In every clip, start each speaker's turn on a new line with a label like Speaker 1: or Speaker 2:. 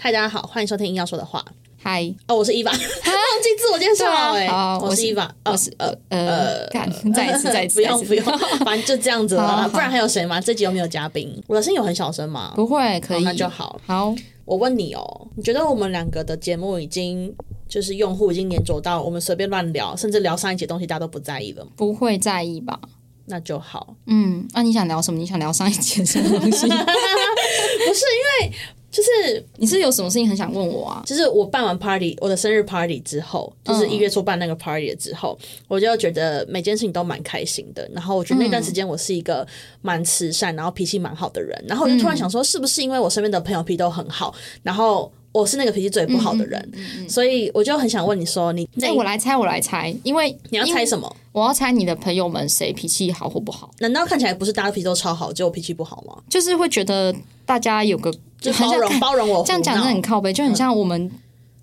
Speaker 1: 嗨，大家好，欢迎收听硬要说的话。
Speaker 2: 嗨，
Speaker 1: 哦，我是伊娃，忘记自我介绍了哎、
Speaker 2: 对啊好
Speaker 1: 我是
Speaker 2: 我是
Speaker 1: 伊娃，
Speaker 2: 我
Speaker 1: 哦
Speaker 2: 是呃呃，看， 再 一次，再一次，
Speaker 1: 不用
Speaker 2: 再一次
Speaker 1: 不用，反正就这样子了
Speaker 2: 好
Speaker 1: 啦。
Speaker 2: 好
Speaker 1: 不然还有谁吗？这集有没有嘉宾？我的声音有很小声吗？
Speaker 2: 不会，可
Speaker 1: 好
Speaker 2: 以，
Speaker 1: 那就好。
Speaker 2: 好。
Speaker 1: 我问你哦，你觉得我们两个的节目已经就是用户已经粘着到我们随便乱聊，甚至聊上一节东西大家都不在意了吗？
Speaker 2: 不会在意吧？
Speaker 1: 那就好，
Speaker 2: 嗯，那、你想聊什么？你想聊上一节什 么东西？
Speaker 1: 就是
Speaker 2: 你是有什么事情很想问我啊？
Speaker 1: 就是我办完 party，我的生日 party 之后，就是
Speaker 2: 嗯
Speaker 1: 一月初办那个 party 之后，我就觉得每件事情都蛮开心的。然后我觉得那段时间我是一个蛮慈善，然后脾气蛮好的人。然后我就突然
Speaker 2: 嗯
Speaker 1: 想说，是不是因为我身边的朋友脾气都很好，然后我是那个脾气最不好的人，
Speaker 2: 嗯
Speaker 1: 所以我就很想问你说，你
Speaker 2: 哎、
Speaker 1: 那
Speaker 2: 我来猜，我来猜，因为
Speaker 1: 你要
Speaker 2: 因
Speaker 1: 猜什么？
Speaker 2: 我要猜你的朋友们谁脾气好或不好，
Speaker 1: 难道看起来不是大家脾气都超好，只有我脾气不好吗？
Speaker 2: 就是会觉得大家有个
Speaker 1: 就
Speaker 2: 很
Speaker 1: 包
Speaker 2: 像
Speaker 1: 容包容我胡闹，
Speaker 2: 这样讲真的很靠背，
Speaker 1: 哦
Speaker 2: 就很像我们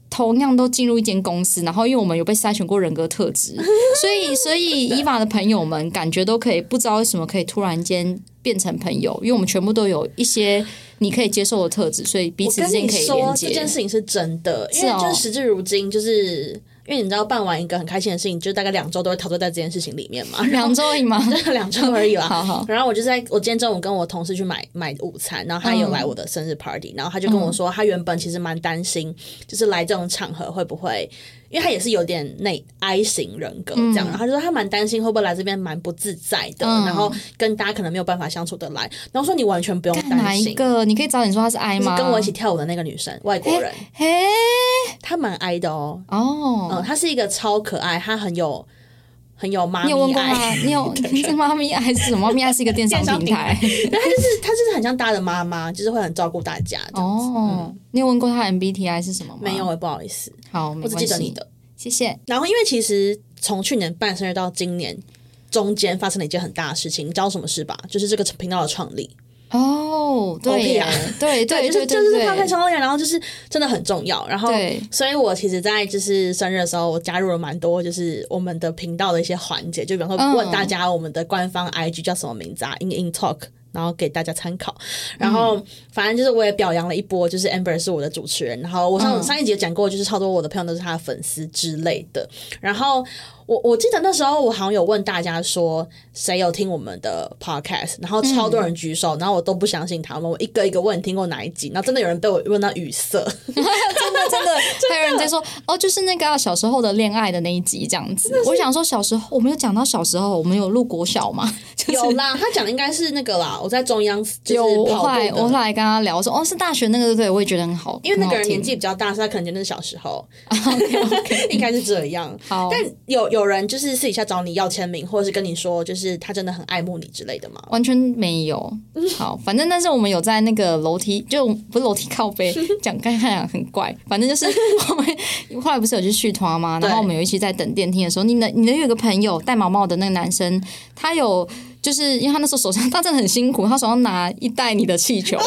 Speaker 2: 同样都进入一间公司，然后因为我们有被筛选过人格特质，所以 所以伊娃的朋友们感觉都可以，不知道为什么可以突然间变成朋友，因为我们全部都有一些你可以接受的特质，所以彼
Speaker 1: 我
Speaker 2: 此
Speaker 1: 跟
Speaker 2: 之间
Speaker 1: 你
Speaker 2: 可以
Speaker 1: 说
Speaker 2: 连
Speaker 1: 这件
Speaker 2: 接。
Speaker 1: 事情是真的，因为
Speaker 2: 是哦
Speaker 1: 就是时至如今，就是因为你知道办完一个很开心的事情，就大概两周都会陶醉在这件事情里 面嘛，
Speaker 2: 两周而 已吗？
Speaker 1: 就两周而已啦。
Speaker 2: 好好，
Speaker 1: 然后我就在我今天中午跟我同事去买买午餐，然后他有来我的生日
Speaker 2: 嗯
Speaker 1: party，、然后他就跟我说，他原本其实蛮担心，就是来这种场合会不会，因为他也是有点内 I 型人格这样，然后他就说他蛮担心会不会来这边蛮不自在的，
Speaker 2: 嗯
Speaker 1: 然后跟大家可能没有办法相处的来，然后说你完全不用
Speaker 2: 干哪
Speaker 1: 担
Speaker 2: 一
Speaker 1: 心。
Speaker 2: 个？你可以早点说他是 I
Speaker 1: 就是
Speaker 2: 吗？
Speaker 1: 跟我一起。跳舞的那个女生，外国人，
Speaker 2: 嘿，
Speaker 1: 她蛮 I 的哦。嗯，
Speaker 2: 哦，
Speaker 1: 她是一个超可爱，她很有很有妈
Speaker 2: 你有问
Speaker 1: 咪
Speaker 2: 过
Speaker 1: 爱，
Speaker 2: 吗？你有你是妈咪爱是什么？妈咪爱是一个电商
Speaker 1: 电商
Speaker 2: 平台。
Speaker 1: 但她就是她就是很像大家的妈妈，就是会很照顾大家的。
Speaker 2: 哦，你有问过他 MBTI 是什么吗？
Speaker 1: 没有，，不好意思，
Speaker 2: 好，没
Speaker 1: 我只
Speaker 2: 关
Speaker 1: 记
Speaker 2: 系。
Speaker 1: 得你的。
Speaker 2: 谢谢。
Speaker 1: 然后因为其实从去年办生日到今年。中间发生了一件很大的事情，你知道什么事吧？就是这个频道的创立，
Speaker 2: 哦，对耶
Speaker 1: OPR
Speaker 2: 对对
Speaker 1: 就是
Speaker 2: 对对
Speaker 1: 就是
Speaker 2: 对
Speaker 1: 他开创立，然后就是真的很重要。然后
Speaker 2: 对，
Speaker 1: 所以我其实，在就是生日的时候，我加入了蛮多就是我们的频道的一些环节，就比方说
Speaker 2: 嗯
Speaker 1: 问大家我们的官方 IG 叫什么名字啊，In In Talk。然后给大家参考，然后
Speaker 2: 嗯
Speaker 1: 反正就是我也表扬了一波，就是 Amber 是我的主持人，然后我上、
Speaker 2: 嗯
Speaker 1: 上一集有讲过，就是超多我的朋友都是他的粉丝之类的。然后我我记得那时候我好像有问大家说谁有听我们的 podcast，然后超多人举
Speaker 2: 嗯
Speaker 1: 手，然后我都不相信他们，我一个一个问你听过哪一集，然后真的有人被我问到语塞。
Speaker 2: 真的真的，还有人在说哦，就是那个啊小时候的恋爱的那一集这样子。我想说，小时候我们有讲到小时候，我们有录国小嘛？就是
Speaker 1: 有啦，他讲的应该是那个啦，我在中央就
Speaker 2: 有，
Speaker 1: 是
Speaker 2: 我后
Speaker 1: 跑
Speaker 2: 来我
Speaker 1: 步
Speaker 2: 后
Speaker 1: 的。
Speaker 2: 来跟他聊说，哦，是大学那个，对对，我也觉得很好，
Speaker 1: 因为那个
Speaker 2: 很好
Speaker 1: 人
Speaker 2: 听哦
Speaker 1: 年纪比较大，所以他可能真的是小时 候， 应该是这样。
Speaker 2: 好，
Speaker 1: 但有有人就是私底下找你要签名，或者是跟你说，就是他真的很爱慕你之类的吗？
Speaker 2: 完全 没有。好，反正但是我们有在那个楼梯，就不是楼梯靠 背，讲看看讲很怪。反正就是我们后来不是有去续团吗？然后
Speaker 1: 对
Speaker 2: 我们有一起在等电梯的时候，你能你能有一个朋友戴毛毛的那个男生，他有就是因为他那时候手上他真的很辛苦，他手上拿一袋你的 气球。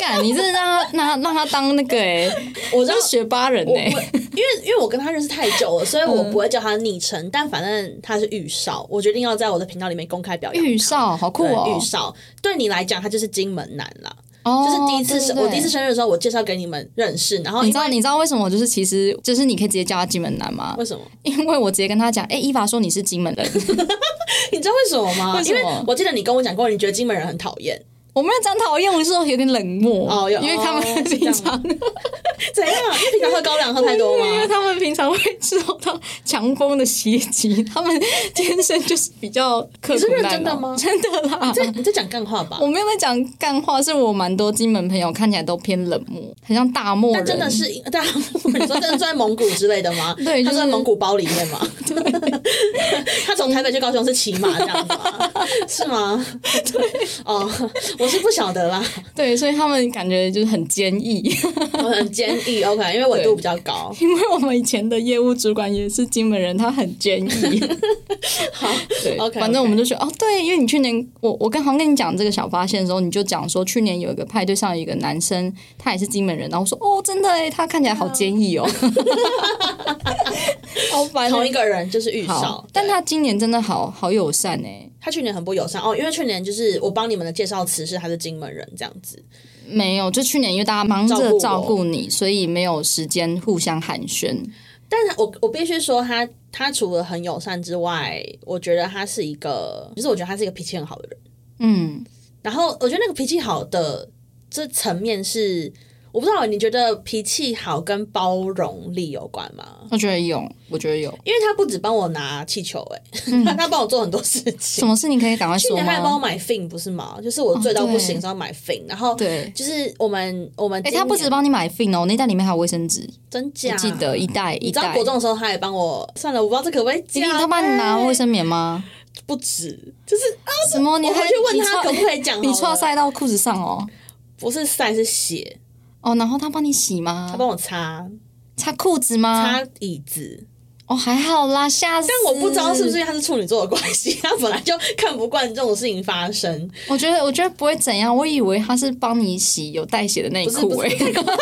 Speaker 2: 干，你真的让他拿让他当那个哎、欸，
Speaker 1: 我知道
Speaker 2: 当学霸人哎、
Speaker 1: 我因为因为我跟他认识太久了，所以
Speaker 2: 嗯
Speaker 1: 我不会叫他昵称，但反正他是玉少，我决定要在我的频道里面公开表扬他。
Speaker 2: 玉少好酷
Speaker 1: 对
Speaker 2: 哦
Speaker 1: 玉，少对你来讲，他就是金门男啦。
Speaker 2: 哦
Speaker 1: 就是第一次生
Speaker 2: 对对对
Speaker 1: 我第一次生日的时候，我介绍给你们认识，然后
Speaker 2: 你
Speaker 1: 因
Speaker 2: 知道
Speaker 1: 为
Speaker 2: 你知道为什么？就是其实就是你可以直接叫他金门男吗？
Speaker 1: 为什么？
Speaker 2: 因为我直接跟他讲，哎、伊娃说你是金门人，
Speaker 1: 你知道为什么吗？
Speaker 2: 为什么
Speaker 1: 因为我记得你跟我讲过，你觉得金门人很讨厌。
Speaker 2: 我没有讲讨厌，我是说有点冷漠
Speaker 1: 哦有
Speaker 2: 因为他
Speaker 1: 哦
Speaker 2: 们
Speaker 1: 是这样
Speaker 2: 平常， 因
Speaker 1: 怎样？因为平常喝高粱喝太多
Speaker 2: 为
Speaker 1: 吗？
Speaker 2: 他们平常会受到强风的袭击，他们天生就是比较
Speaker 1: 你
Speaker 2: 刻苦
Speaker 1: 是认
Speaker 2: 耐
Speaker 1: 真的
Speaker 2: 劳。
Speaker 1: 吗
Speaker 2: 真的啦，
Speaker 1: 这你在讲干话吧
Speaker 2: 我？没有在讲干话，是我蛮多金门朋友看起来都偏冷漠，很像大漠
Speaker 1: 但
Speaker 2: 人。
Speaker 1: 真的是，但你说真的住在蒙古之类的吗？
Speaker 2: 对
Speaker 1: 他
Speaker 2: 就是
Speaker 1: 住在蒙古包里面 吗？ 他从台北去高雄是骑马这样子吗？ 是吗？哦，我是不晓得啦，
Speaker 2: 对，所以他们感觉就是很坚毅。
Speaker 1: 我很坚毅 OK，因为纬度比较高。
Speaker 2: 因为我们以前的业务主管也是金门人，他很坚毅。
Speaker 1: 好
Speaker 2: 对
Speaker 1: OK，
Speaker 2: 反正我们就觉得哦，对，因为你去年我我刚好像跟你讲这个小发现的时候，你就讲说去年有一个派对上有一个男生，他也是金门人，然后我说哦，真的哎，他看起来好
Speaker 1: 啊
Speaker 2: 坚毅哦，好烦哦
Speaker 1: 同一个人就是玉
Speaker 2: 好欸
Speaker 1: 少，，
Speaker 2: 但
Speaker 1: 对
Speaker 2: 他今年真的好好友善哎，
Speaker 1: 他去年很不友善哦，因为去年就是我帮你们的介绍词是他是金门人这样子，
Speaker 2: 没有，就去年因为大家忙
Speaker 1: 照顾
Speaker 2: 着
Speaker 1: 我
Speaker 2: 照顾你，所以没有时间互相寒暄。
Speaker 1: 但是我我必须说他他除了很友善之外，我觉得他是一个，就是我觉得他是一个脾气很好的人。
Speaker 2: 嗯，
Speaker 1: 然后呃我觉得那个脾气好的这层面是，我不知道你觉得脾气好跟包容力有关吗？
Speaker 2: 我觉得有，我觉得有。
Speaker 1: 因为他不止帮我拿气球、欸， 他他帮我做很多事情
Speaker 2: 嗯 什。么事你可以赶快
Speaker 1: 去
Speaker 2: 说
Speaker 1: 年他还帮我
Speaker 2: 吗？
Speaker 1: 买 fin 不是吗？就是我醉到不行，
Speaker 2: 哦对
Speaker 1: 然后买 fin，然后
Speaker 2: 对，
Speaker 1: 就是我们我们
Speaker 2: 哎、
Speaker 1: 哎
Speaker 2: 他不止帮你买 fin 哦，那袋里面还有卫生纸，
Speaker 1: 真
Speaker 2: 我
Speaker 1: 假
Speaker 2: 记得一袋一
Speaker 1: 啊你知道
Speaker 2: 袋
Speaker 1: 国。中的时候，他也帮我算了，我不知道这可不可以
Speaker 2: 你
Speaker 1: 讲、
Speaker 2: 他帮你拿
Speaker 1: 哎
Speaker 2: 卫生棉吗？
Speaker 1: 不止，就是啊
Speaker 2: 什么？你
Speaker 1: 我
Speaker 2: 还
Speaker 1: 回去问他
Speaker 2: 你
Speaker 1: 可
Speaker 2: 穿
Speaker 1: 不可以讲好了。
Speaker 2: 你错塞到裤子上哦
Speaker 1: 不是晒是血，
Speaker 2: 哦，然后他帮你洗吗
Speaker 1: 他？帮我
Speaker 2: 啊
Speaker 1: 擦
Speaker 2: 擦裤子吗？
Speaker 1: 擦椅子，
Speaker 2: 哦，还好啦，吓死！
Speaker 1: 但我不知道是不是因
Speaker 2: 嗯
Speaker 1: 为他是处女座的关系，他本来就看不惯这种事情发生。
Speaker 2: 我觉得，我觉得不会怎样。我以为他是帮你洗有带血的内裤
Speaker 1: 不
Speaker 2: 哎，
Speaker 1: 是
Speaker 2: 太夸张了！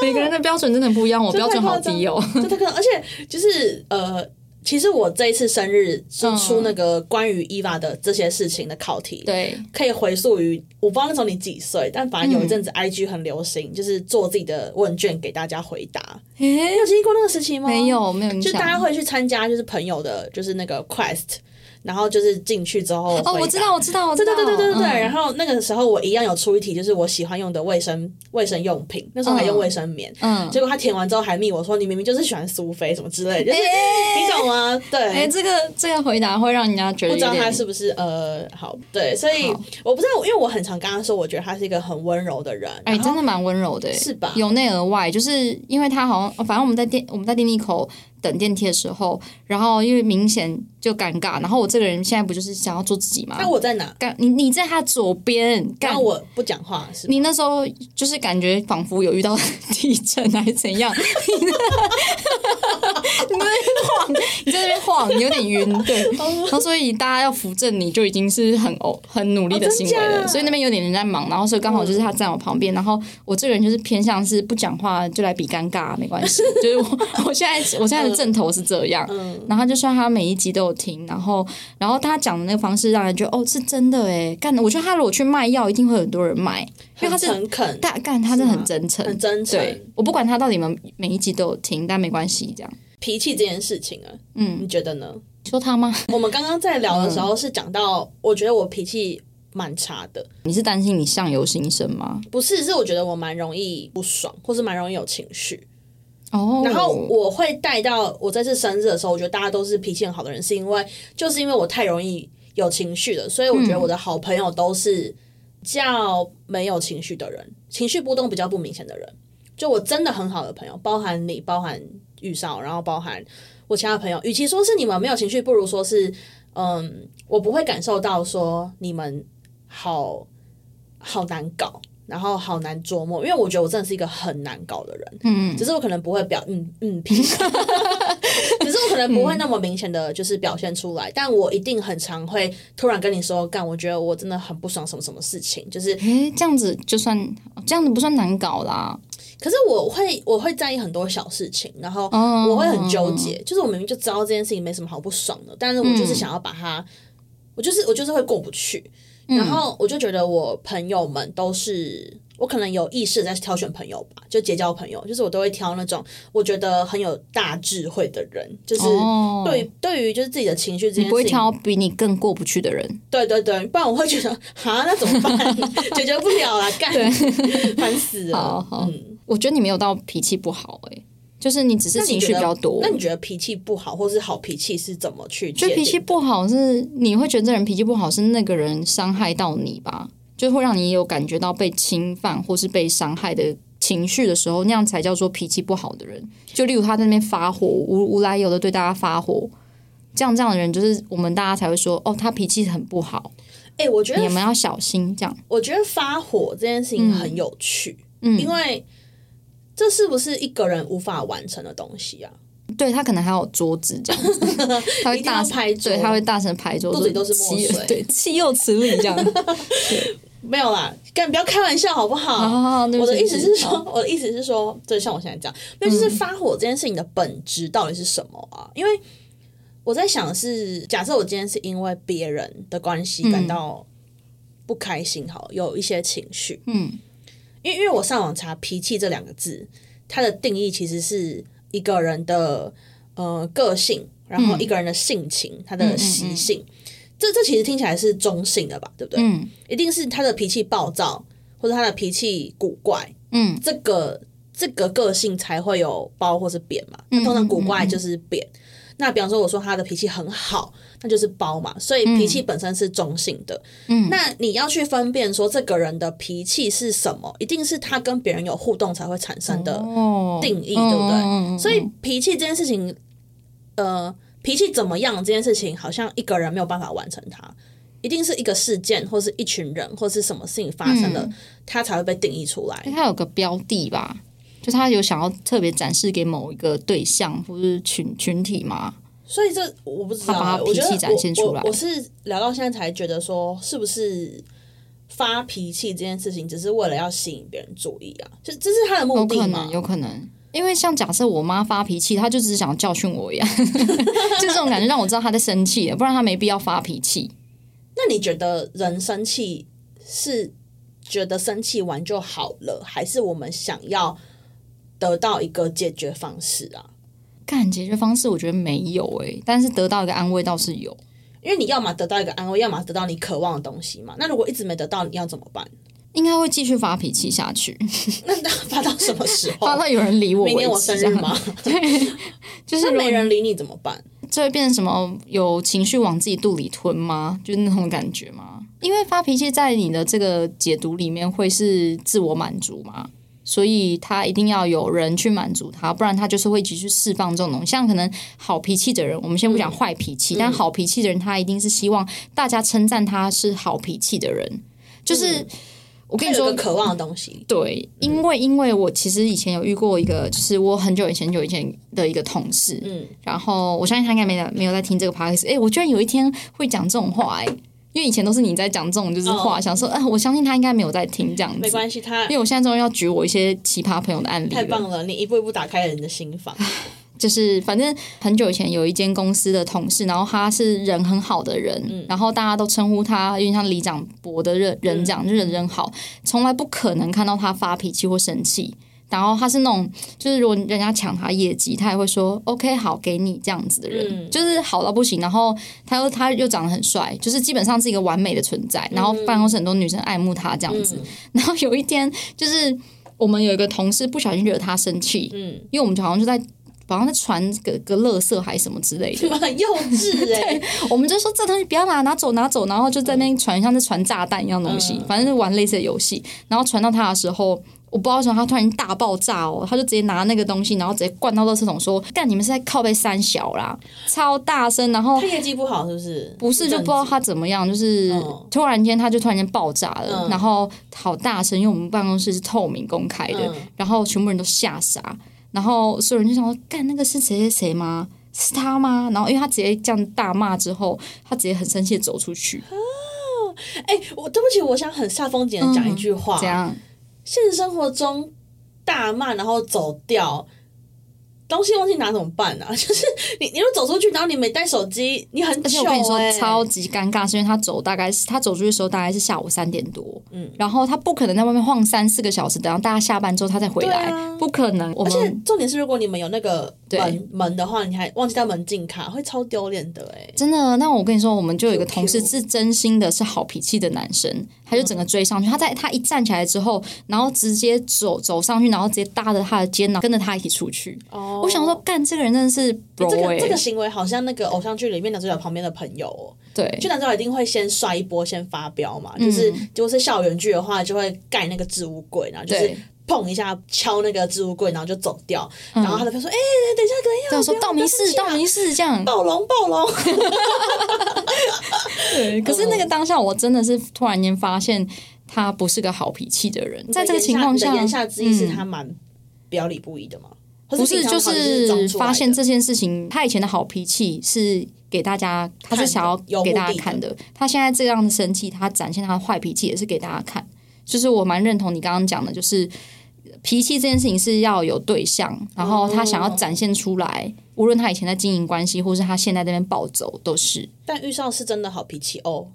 Speaker 2: 每个人的标准真的不一样，我标准好低哦。
Speaker 1: 对对对，而且就是呃，其实我这一次生日是
Speaker 2: 嗯
Speaker 1: 出那个关于伊娃的这些事情的考题，
Speaker 2: 对，
Speaker 1: 可以回溯于我不知道那时候你几岁，但反
Speaker 2: 嗯
Speaker 1: 正有一阵子 IG 很流行，就是做自己的问卷给大家回答。
Speaker 2: 诶
Speaker 1: 你有经历过那个时期吗？
Speaker 2: 没。有没有影
Speaker 1: 就
Speaker 2: 响
Speaker 1: 大。家会去参加，就是朋友的，就是那个 quest，然后就是进去之后
Speaker 2: 哦，
Speaker 1: 回
Speaker 2: 我
Speaker 1: 答
Speaker 2: 知道，我知道，我知
Speaker 1: 对
Speaker 2: 道。
Speaker 1: 对对对对对对。
Speaker 2: 嗯
Speaker 1: 然后那个时候我一样有出一题，就是我喜欢用的卫生卫生用品，那时候还用卫生棉。
Speaker 2: 嗯
Speaker 1: 结果他填完之后还密我说：“你明明就是喜欢苏菲什么之类的，就是、你懂吗？”
Speaker 2: 哎，
Speaker 1: 对，
Speaker 2: 这个这个回答会让人家觉得
Speaker 1: 不
Speaker 2: 有
Speaker 1: 知道他
Speaker 2: 点
Speaker 1: 是不是呃好对，所以我不知道，因为我很常跟他说，我觉得他是一个很温柔的人。
Speaker 2: 哎、
Speaker 1: 然后
Speaker 2: 真的蛮温柔的欸，
Speaker 1: 是吧
Speaker 2: 由内而外，就是因为他好像，哦反正我们在电我们在电梯口等电梯的时候，然后因为明显就尴尬，然后我这个人现在不就是想要做自己吗？
Speaker 1: 那我在哪？
Speaker 2: 干你你在他左边
Speaker 1: 然
Speaker 2: 干
Speaker 1: 后。我不讲话是吗？
Speaker 2: 你那时候就是感觉仿佛有遇到地震还是怎样， 你在那边晃，你在那边晃，有点晕， 对。然后所以大家要扶正你就已经是很偶很努力的行为
Speaker 1: 哦真
Speaker 2: 了，
Speaker 1: 假
Speaker 2: 所以那边有点人在忙，然后所以刚好就是他站我旁边，然后我这个人就是偏向是不讲话就来比尴尬，没关系， 就是我我现在我现在
Speaker 1: 嗯
Speaker 2: 的正头是这样，然后就算他每一集都有听，然后然后他讲的那个方式让人觉得哦是真的哎，干，我觉得他如果去卖药一定会有很多人买，因为他
Speaker 1: 很
Speaker 2: 是
Speaker 1: 诚恳，
Speaker 2: 大干，他真的很真
Speaker 1: 很
Speaker 2: 诚。
Speaker 1: 真诚。
Speaker 2: 对，我不管他到底有没有每一集都有听，但没关系，这样。
Speaker 1: 脾气这件事情啊，
Speaker 2: 嗯，
Speaker 1: 你觉得呢？
Speaker 2: 你说他吗？
Speaker 1: 我们刚刚在聊的时候是讲到，我觉得我脾气蛮差的，
Speaker 2: 你是担心你相由心生吗？
Speaker 1: 不是，是我觉得我蛮容易不爽，或是蛮容易有情绪。
Speaker 2: 哦，
Speaker 1: 然后我会带到我这次生日的时候，我觉得大家都是脾气很好的人，是因为就是因为我太容易有情绪了，所以我觉得我的好朋友都是比较没有情绪的人，情绪波动比较不明显的人。就我真的很好的朋友，包含你，包含玉少，然后包含我其他朋友。与其说是你们没有情绪，不如说是，嗯，我不会感受到说你们好好难搞，然后好难捉摸，因为我觉得我真的是一个很难搞的人。
Speaker 2: 嗯，
Speaker 1: 只是我可能不会表嗯嗯屁， 只是我可能不会那么明显的就是表现出来，但我一定很常会突然跟你说，干，我觉得我真的很不爽什么什么事情，就是，
Speaker 2: 诶，这样子就算这样子不算难搞啦。
Speaker 1: 可是我会我会在意很多小事情，然后
Speaker 2: 哦
Speaker 1: 我会很纠结，就是我明明就知道这件事情没什么好不爽的，但是我就是想要把它，我就是我就是会过不去，然
Speaker 2: 嗯
Speaker 1: 后我就觉得我朋友们都是。我可能有意识地在挑选朋友吧，就结交朋友，就是我都会挑那种我觉得很有大智慧的人，就是
Speaker 2: 哦，
Speaker 1: 对，对于就是自己的情绪这件
Speaker 2: 你不会
Speaker 1: 事情，
Speaker 2: 挑比你更过不去的人。
Speaker 1: 对对对，不然我会觉得哈，那怎么 办？解决不了啦，干，烦死了。嗯
Speaker 2: 好好，我觉得你没有到脾气不好，诶，就是你只是
Speaker 1: 那你
Speaker 2: 情
Speaker 1: 觉
Speaker 2: 绪
Speaker 1: 得
Speaker 2: 比较多
Speaker 1: 那。你觉得脾气不好或是好脾气是怎么去界
Speaker 2: 就
Speaker 1: 定？
Speaker 2: 脾气不好是你会觉得这人脾气不好是那个人伤害到你吧，就会让你有感觉到被侵犯或是被伤害的情绪的时候，那样才叫做脾气不好的人。就例如他在那边发火，无无来由的对大家发火，这样这样的人就是我们大家才会说哦，他脾气很不好，
Speaker 1: 哎、我觉
Speaker 2: 你
Speaker 1: 得
Speaker 2: 们要小心这样。
Speaker 1: 我觉得发火这件事情很有趣，
Speaker 2: 嗯
Speaker 1: 因为这是不是一个人无法完成的东西啊？
Speaker 2: 对他可能还有桌子这样子， 他会
Speaker 1: 一定
Speaker 2: 大
Speaker 1: 要
Speaker 2: 声
Speaker 1: 拍桌
Speaker 2: 对，他会大声拍桌，
Speaker 1: 肚子里都是
Speaker 2: 说
Speaker 1: 墨水
Speaker 2: 岂 对，岂有此理这样。
Speaker 1: 没有啦，干不要开玩笑好不 好？
Speaker 2: 啊，对
Speaker 1: 我
Speaker 2: 不
Speaker 1: 的
Speaker 2: 起
Speaker 1: 意思是，
Speaker 2: 对不
Speaker 1: 说， 我的意思是说，就像我现在这样，那就是发火这件事情的本质到底是什么啊？因为我在想是，假设我今天是因为别人的关系感到不开心，好，有一些情绪，
Speaker 2: 嗯，
Speaker 1: 因为因为我上网查“脾气”这两个字，它的定义其实是一个人的呃个性，然后一个人的性情，他的习性。这这其实听起来是中性的吧，对不对？
Speaker 2: 嗯
Speaker 1: 一定是他的脾气暴躁，或者他的脾气古怪，
Speaker 2: 嗯
Speaker 1: 这个这个个性才会有褒或是贬嘛。
Speaker 2: 嗯
Speaker 1: 那通常古怪就是贬。那比方说，我说他的脾气很好，那就是褒嘛。所以脾气本身是中性的。
Speaker 2: 嗯
Speaker 1: 那你要去分辨说这个人的脾气是什么，一定是他跟别人有互动才会产生的
Speaker 2: 哦
Speaker 1: 定义，
Speaker 2: 嗯
Speaker 1: 对不对？
Speaker 2: 嗯嗯嗯
Speaker 1: 所以脾气这件事情，呃，脾气怎么样这件事情，好像一个人没有办法完成它，一定是一个事件或是一群人或是什么事情发生
Speaker 2: 嗯
Speaker 1: 了，它才会被定义出来。
Speaker 2: 它有个标的吧，就它有想要特别展示给某一个对象或是群群体嘛。
Speaker 1: 所以这我不知道
Speaker 2: 他把
Speaker 1: 欸，
Speaker 2: 他
Speaker 1: 我觉得
Speaker 2: 脾气展现出
Speaker 1: 我
Speaker 2: 来
Speaker 1: 我我是聊到现在才觉得说，是不是发脾气这件事情只是为了要吸引别人注意啊？就这是他的目
Speaker 2: 有
Speaker 1: 的
Speaker 2: 哦可
Speaker 1: 吗
Speaker 2: 能，？有可能。因为像假设我妈发脾气，她就只是想教训我一样， 就这种感觉让我知道她在生气了，不然她没必要发脾气。
Speaker 1: 那你觉得人生气是觉得生气完就好了，还是我们想要得到一个解决方式啊？
Speaker 2: 看解决方式，我觉得没有诶、但是得到一个安慰倒是有。
Speaker 1: 因为你要么得到一个安慰，要么得到你渴望的东西嘛。那如果一直没得到，你要怎么办？
Speaker 2: 应该会继续发脾气下去，
Speaker 1: 那那发到什么时
Speaker 2: 发
Speaker 1: 候？
Speaker 2: 到有人理我为
Speaker 1: 哦明
Speaker 2: 止。
Speaker 1: 年我生日吗？
Speaker 2: 这样？就是
Speaker 1: 那
Speaker 2: 如果
Speaker 1: 没人理你怎么办？
Speaker 2: 这会变成什么？有情绪往自己肚里吞吗？就是那种感觉吗？因为发脾气在你的这个解读里面会是自我满足嘛，所以他一定要有人去满足他，不然他就是会一直去释放这种东西。像可能好脾气的人，我们先不讲坏脾
Speaker 1: 嗯
Speaker 2: 气，但好脾气的人他一定是希望大家称赞他是好脾气的人，就是。我跟你
Speaker 1: 有
Speaker 2: 说
Speaker 1: 一，嗯个渴望的东西，
Speaker 2: 对，因为因为我其实以前有遇过一个，就是我很久以前很久以前的一个同事，
Speaker 1: 嗯
Speaker 2: 然后我相信他应该没有没有在听这个 podcast，哎、诶我居然有一天会讲这种话、诶因为以前都是你在讲这种就是话，
Speaker 1: 哦
Speaker 2: 想说，哎、我相信他应该没有在听这样
Speaker 1: 没
Speaker 2: 子，
Speaker 1: 关系，他
Speaker 2: 嗯因为我现在终于要举我一些奇葩朋友的案例
Speaker 1: 太
Speaker 2: 了，
Speaker 1: 棒了，你一步一步打开了你的心 房。
Speaker 2: 就是反正很久以前有一间公司的同事，然后他是人很好的人，然后大家都称呼他有点像李长博的人人这样，就人人好，从来不可能看到他发脾气或生气。然后他是那种，就是如果人家抢他业绩，他也会说 “OK，好，给你”这样子的人，
Speaker 1: 嗯
Speaker 2: 就是好到不行。然后他又他又长得很帅，就是基本上是一个完美的存在。然后办公室很多女生爱慕他这样子。然后有一天，就是我们有一个同事不小心惹他生气，
Speaker 1: 嗯，
Speaker 2: 因为我们就好像就在好像在传个个垃圾还是什么之类的，
Speaker 1: 你们很幼 稚哎、
Speaker 2: 我们就说这东西不要拿拿走拿走，然后就在那边传，像在传炸弹一样东
Speaker 1: 嗯
Speaker 2: 西，反正就玩类似的游戏。然后传到他的时候，我不知道为什么他突然大爆炸哦，他就直接拿那个东西，然后直接灌到垃圾桶说：“干，你们是在靠背三小啦，超大声。”然后
Speaker 1: 他业绩不好是不是？
Speaker 2: 不是就不知道他怎么样，就是
Speaker 1: 嗯
Speaker 2: 突然间他就突然间爆炸了，
Speaker 1: 嗯
Speaker 2: 然后好大声，因为我们办公室是透明公开的，
Speaker 1: 嗯
Speaker 2: 然后全部人都吓傻，然后所有人就想说，干那个是谁谁谁吗？是他吗？然后因为他直接这样大骂之后，他直接很生气的走 出去，
Speaker 1: 哎、我对不起，我想很煞风景的讲一句话，
Speaker 2: 这嗯样
Speaker 1: 现实生活中大骂然后走掉，东西忘记拿怎么办啊？ 就是你，你又走出去，然后你没带手机，你很
Speaker 2: 而且
Speaker 1: 糗
Speaker 2: 我跟你说
Speaker 1: 哎、
Speaker 2: 超级尴尬，是因为他走大概是他走出去的时候大概是下午三点多，
Speaker 1: 嗯
Speaker 2: 然后他不可能在外面晃三四个小时，等到大家下班之后他再回来，
Speaker 1: 对啊
Speaker 2: 不可能。我
Speaker 1: 而且
Speaker 2: 们
Speaker 1: 重点是，如果你们有那个
Speaker 2: 对
Speaker 1: 门门的话，你还忘记带门禁卡，会超丢脸的哎、
Speaker 2: 真的，那我跟你说，我们就有一个同事
Speaker 1: Q Q
Speaker 2: 是真心的，是好脾气的男生，他就整个追上去，他在他一站起来之后，然后直接走走上去，然后直接搭着他的肩，然后跟着他一起出去。
Speaker 1: 哦
Speaker 2: 我想说，干这个人真的是 bro
Speaker 1: 这
Speaker 2: 欸
Speaker 1: 个这个行为好像那个偶像剧里面男主角旁边的朋友哦、
Speaker 2: 对
Speaker 1: 就男主角一定会先刷一波，先发飙嘛，就是
Speaker 2: 嗯
Speaker 1: 如果是校园剧的话，就会盖那个置物柜，然后就是
Speaker 2: 对。
Speaker 1: 碰一下，敲那个置物柜，然后就走掉。然后他的朋友说：“哎、等一下，等一下，
Speaker 2: 嗯对，
Speaker 1: 我
Speaker 2: 说道明寺，道明寺这样。
Speaker 1: 暴龙，暴龙。
Speaker 2: 对，可是那个当下，我真的是突然间发现他不是个好脾气的人， 在这个情况
Speaker 1: 你
Speaker 2: 下嗯
Speaker 1: 的，言下之意是他蛮表里不一的嘛？或
Speaker 2: 不
Speaker 1: 平
Speaker 2: 是
Speaker 1: 常
Speaker 2: 就
Speaker 1: 好像是装
Speaker 2: 是
Speaker 1: 出来的
Speaker 2: 发现这件事情，他以前的好脾气是给大家，他是想
Speaker 1: 看的有
Speaker 2: 要给大
Speaker 1: 目
Speaker 2: 家
Speaker 1: 的
Speaker 2: 看的。他现在这样的生气，他展现他的坏脾气也是给大家看。就是我蛮认同你刚刚讲的，就是脾气这件事情是要有对象，然后
Speaker 1: 哦
Speaker 2: 他想要展现出来，无论他以前在经营关系，或是他现在这边暴走，都是。
Speaker 1: 但遇上是真的好脾气哦。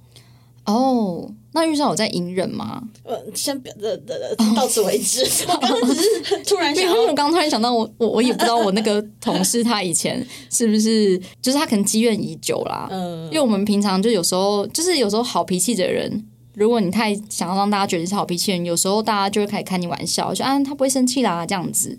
Speaker 2: 哦，那遇上我在隐忍吗？
Speaker 1: 呃，先不要，呃呃，
Speaker 2: 哦
Speaker 1: 呃到此为 止。我刚刚只是突然
Speaker 2: 因
Speaker 1: 想
Speaker 2: 为
Speaker 1: 要
Speaker 2: 我刚刚突然想到我，我我也不知道我那个同事他以前是不是，就是他可能积怨已久啦。
Speaker 1: 嗯
Speaker 2: 因为我们平常就有时候，就是有时候好脾气的人，如果你太想要让大家觉得你是好脾气的人，有时候大家就会开始开你玩笑，就啊他不会生气啦这样子，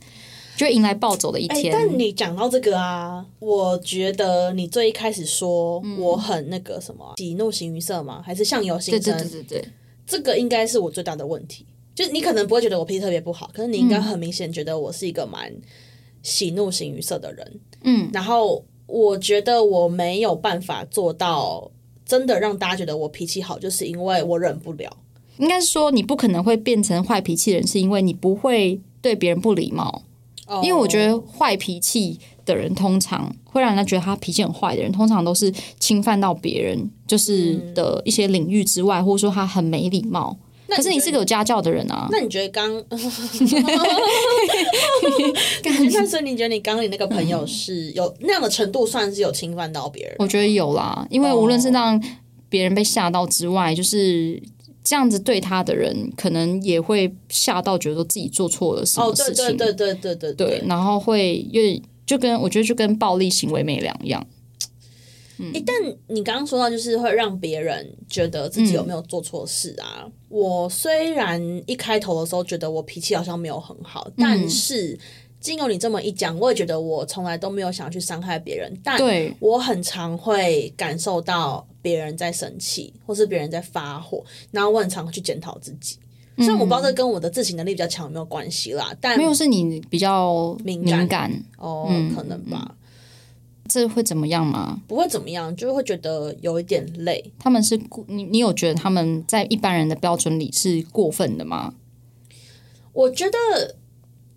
Speaker 2: 就会迎来暴走的一
Speaker 1: 哎、
Speaker 2: 天。
Speaker 1: 但你讲到这个啊，我觉得你最一开始说
Speaker 2: 嗯
Speaker 1: 我很那个什么啊喜怒形于色吗？还是相由心
Speaker 2: 对
Speaker 1: 生？
Speaker 2: 对对对对，
Speaker 1: 这个应该是我最大的问题。就是你可能不会觉得我脾气特别不好，可是你应该很明显觉得我是一个蛮喜怒形于色的人。
Speaker 2: 嗯，
Speaker 1: 然后我觉得我没有办法做到真的让大家觉得我脾气好，就是因为我忍不了。
Speaker 2: 应该是说你不可能会变成坏脾气的人，是因为你不会对别人不礼貌。
Speaker 1: 哦
Speaker 2: 因为我觉得坏脾气的人，通常会让人家觉得他脾气很坏的人，通常都是侵犯到别人就是
Speaker 1: 嗯
Speaker 2: 的一些领域之外，或者说他很没礼貌。
Speaker 1: 那
Speaker 2: 可是你
Speaker 1: 觉
Speaker 2: 是
Speaker 1: 得
Speaker 2: 个有家教的人啊，
Speaker 1: 那你觉得 刚？那所以你觉得你刚刚你那个朋友是有那样的程度，算是有侵犯到别人？
Speaker 2: 我觉得有啦，因
Speaker 1: 哦
Speaker 2: 为无论是让别人被吓到之外，就是这样子对他的人，可能也会吓到，觉得自己做错了什
Speaker 1: 哦，
Speaker 2: 么
Speaker 1: 对
Speaker 2: 事情，
Speaker 1: 对对对对对
Speaker 2: 对，然后会有点就跟我觉得就跟暴力行为没两样。
Speaker 1: 诶但你刚刚说到，就是会让别人觉得自己有没有做错事啊。
Speaker 2: 嗯
Speaker 1: 我虽然一开头的时候觉得我脾气好像没有很好，但
Speaker 2: 嗯
Speaker 1: 是经由你这么一讲，我也觉得我从来都没有想去伤害别人，但
Speaker 2: 对，
Speaker 1: 我很常会感受到别人在生气，或是别人在发火，然后我很常会去检讨自己。虽然我不知道这跟我的自省能力比较强有没有关系啦，但
Speaker 2: 没有是你比较
Speaker 1: 敏
Speaker 2: 敏
Speaker 1: 感
Speaker 2: 感，
Speaker 1: 哦，
Speaker 2: 嗯
Speaker 1: 可能吧，
Speaker 2: 这会怎么样吗？
Speaker 1: 不会怎么样，就会觉得有一点累。
Speaker 2: 他们是故你，你有觉得他们在一般人的标准里是过分的吗？
Speaker 1: 我觉得，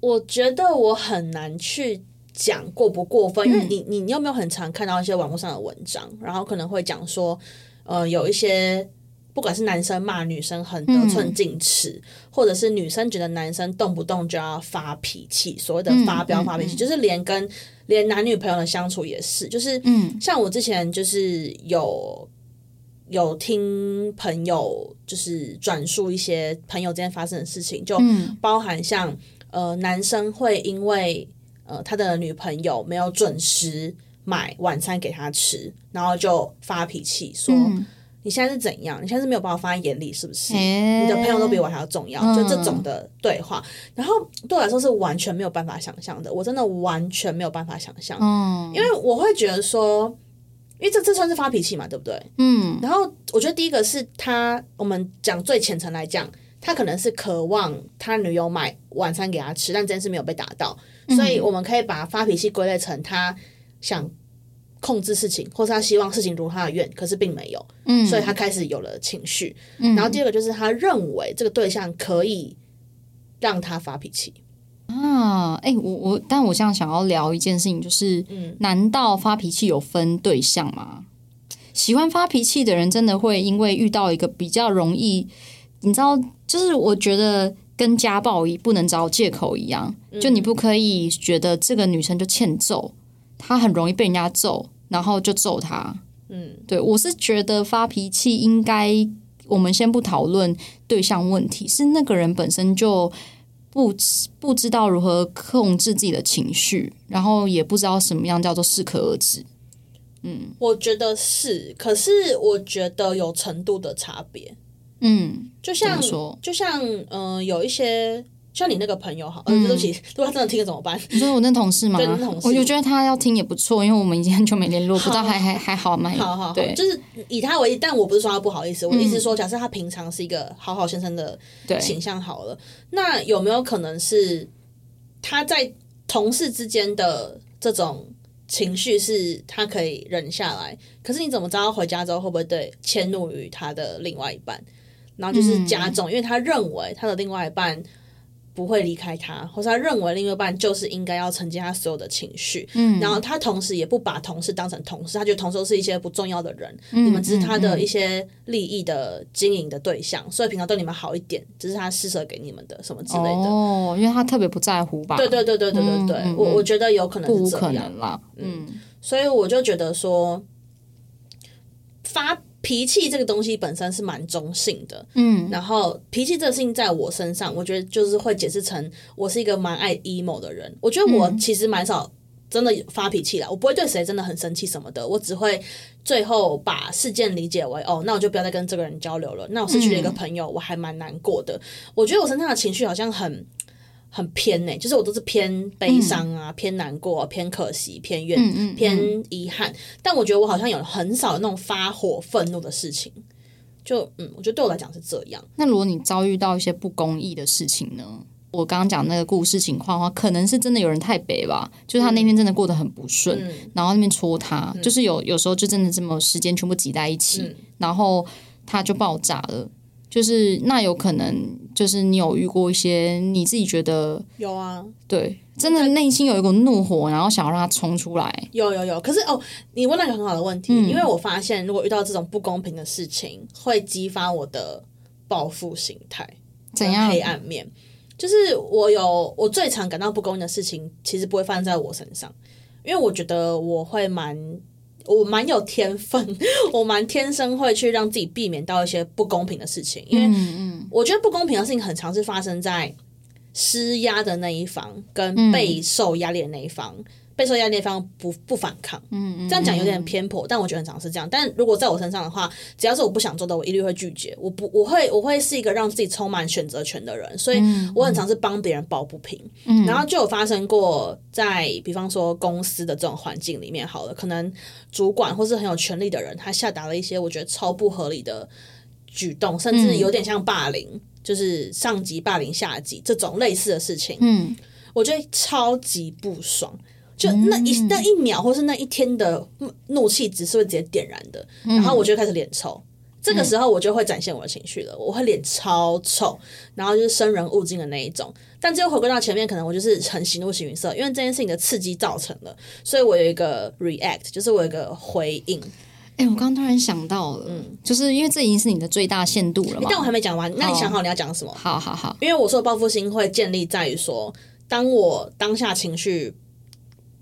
Speaker 1: 我觉得我很难去。讲过不过分，
Speaker 2: 嗯
Speaker 1: 因为你你你有没有很常看到一些网络上的文章，然后可能会讲说，呃，有一些不管是男生骂女生很得
Speaker 2: 嗯
Speaker 1: 寸进尺，或者是女生觉得男生动不动就要发脾气，所谓的发飙
Speaker 2: 嗯嗯
Speaker 1: 发脾气，
Speaker 2: 嗯
Speaker 1: 就是连跟连男女朋友的相处也是，就是
Speaker 2: 嗯
Speaker 1: 像我之前就是有有听朋友就是转述一些朋友之间发生的事情，就
Speaker 2: 嗯
Speaker 1: 包含像呃男生会因为呃他的女朋友没有准时买晚餐给他吃，然后就发脾气说、
Speaker 2: 嗯，
Speaker 1: 你现在是怎样？你现在是没有把我放在眼里是不是？
Speaker 2: 哎
Speaker 1: 你的朋友都比我还要重要，
Speaker 2: 嗯
Speaker 1: 就这种的对话，然后对我来说是完全没有办法想象的，我真的完全没有办法想象。
Speaker 2: 嗯
Speaker 1: 因为我会觉得说，因为这这算是发脾气嘛，对不对？
Speaker 2: 嗯
Speaker 1: 然后我觉得第一个是他，我们讲最浅层来讲，他可能是渴望他女友买晚餐给他吃，但这件事没有被达到，
Speaker 2: 嗯
Speaker 1: 所以我们可以把发脾气归类成他想控制事情，或是他希望事情如他的愿，可是并没有，
Speaker 2: 嗯，
Speaker 1: 所以他开始有了情绪。
Speaker 2: 嗯
Speaker 1: 然后第二个就是他认为这个对象可以让他发脾气，
Speaker 2: 啊，哎、我我，但我现在想要聊一件事情，就是，
Speaker 1: 嗯
Speaker 2: 难道发脾气有分对象吗？喜欢发脾气的人，真的会因为遇到一个比较容易，你知道，就是我觉得跟家暴一不能找借口一样，
Speaker 1: 嗯
Speaker 2: 就你不可以觉得这个女生就欠揍，她很容易被人家揍，然后就揍她。
Speaker 1: 嗯，
Speaker 2: 对我是觉得发脾气应该，我们先不讨论对象问题，是那个人本身就不知不知道如何控制自己的情绪，然后也不知道什么样叫做适可而止。
Speaker 1: 我觉得是，可是我觉得有程度的差别。
Speaker 2: 嗯，
Speaker 1: 就
Speaker 2: 怎
Speaker 1: 像
Speaker 2: 么说？
Speaker 1: 就像嗯、呃有一些像你那个朋友好，
Speaker 2: 嗯
Speaker 1: 呃，对不起，如果他真的听了怎么 办？
Speaker 2: 你说我那同事吗？
Speaker 1: 对那同事
Speaker 2: 我就觉得他要听也不错，因为我们已经很久没联络，不知道还还还好吗？
Speaker 1: 好好好，
Speaker 2: 对嗯
Speaker 1: 就是以他为，但我不是说他不好意思，我的意思是说，假设他平常是一个好好先生的
Speaker 2: 对，
Speaker 1: 形象好了，那有没有可能是他在同事之间的这种情绪是他可以忍下来？可是你怎么知道他回家之后会不会对迁怒于他的另外一半？然后就是加重，因为他认为他的另外一半不会离开他，或是他认为另一半就是应该要承接他所有的情绪，嗯，然后他同时也不把同事当成同事，他觉得同事都是一些不重要的人，你们只是他的一些利益的经营的对象，所以平常对你们好一点，只是他施舍给你们的什么之类的。
Speaker 2: 哦，因为他特别不在乎吧？
Speaker 1: 对对对对对对对，
Speaker 2: 嗯嗯
Speaker 1: 我我觉得有可
Speaker 2: 不
Speaker 1: 能
Speaker 2: 无
Speaker 1: 是这
Speaker 2: 可
Speaker 1: 样，
Speaker 2: 能啦。嗯
Speaker 1: 所以我就觉得说，发脾气这个东西本身是蛮中性的，
Speaker 2: 嗯
Speaker 1: 然后脾气这个事情在我身上，我觉得就是会解释成我是一个蛮爱 emo 的人。我觉得
Speaker 2: 嗯
Speaker 1: 我其实蛮少真的发脾气啦，我不会对谁真的很生气什么的，我只会最后把事件理解为哦，那我就不要再跟这个人交流了。那我失去了一个
Speaker 2: 嗯
Speaker 1: 朋友，我还蛮难过的。我觉得我身上的情绪好像很。很偏呢、就是我都是偏悲伤啊，偏难过啊、偏可惜、偏怨、
Speaker 2: 嗯嗯
Speaker 1: 偏遗憾。但我觉得我好像有很少那种发火、愤怒的事情。就嗯，我觉得对我来讲是这样。
Speaker 2: 那如果你遭遇到一些不公义的事情呢？我刚刚讲那个故事情况的话，可能是真的有人太北吧，就
Speaker 1: 嗯
Speaker 2: 是他那天真的过得很不顺，然后那边戳他，就是有有时候就真的这么时间全部挤在一起，
Speaker 1: 嗯
Speaker 2: 然后他就爆炸了。就是那有可能，就是你有遇过一些你自己觉得
Speaker 1: 有啊，
Speaker 2: 对，真的内心有一股怒火，然后想要让它冲出来。
Speaker 1: 有有有。可是哦，你问了一个很好的问
Speaker 2: 嗯
Speaker 1: 题，因为我发现如果遇到这种不公平的事情，会激发我的报复心态，
Speaker 2: 怎样
Speaker 1: 黑暗面。就是我有我最常感到不公平的事情，其实不会发生在我身上，因为我觉得我会蛮。我蛮有天分， 我蛮天生会去让自己避免到一些不公平的事情，因
Speaker 2: 嗯
Speaker 1: 为我觉得不公平的事情很常是发生在施压的那一方跟备受压力的那一方，备受压力的那一方不不反抗。嗯，这样讲有点偏颇，但我觉得很常是这样。但如果在我身上的话，只要是我不想做的，我一律会拒绝。我不，我会，我会是一个让自己充满选择权的人，所以我很常是帮别人抱不平。然后就有发生过在比方说公司的这种环境里面，好了，可能主管或是很有权力的人，他下达了一些我觉得超不合理的举动，甚至有点像霸凌，就是上级霸凌下级这种类似的事情，
Speaker 2: 嗯，
Speaker 1: 我觉得超级不爽。就那一、那一秒或是那一天的怒怒气值是会直接点燃的，然后我就开始脸臭。这个时候我就会展现我的情绪了，我会脸超臭，然后就是生人勿近的那一种。但这又回归到前面，可能我就是很喜怒形于色，因为这件事情的刺激造成了，所以我有一个 react，就是我有一个回应。
Speaker 2: 哎、我刚刚突然想到了，就是因为这已经是你的最大限度了嘛
Speaker 1: 嗯但。我还没讲完，那你
Speaker 2: 好
Speaker 1: 想好你要讲什么？
Speaker 2: 好好好，
Speaker 1: 因为我说的报复心会建立在于说，当我当下情绪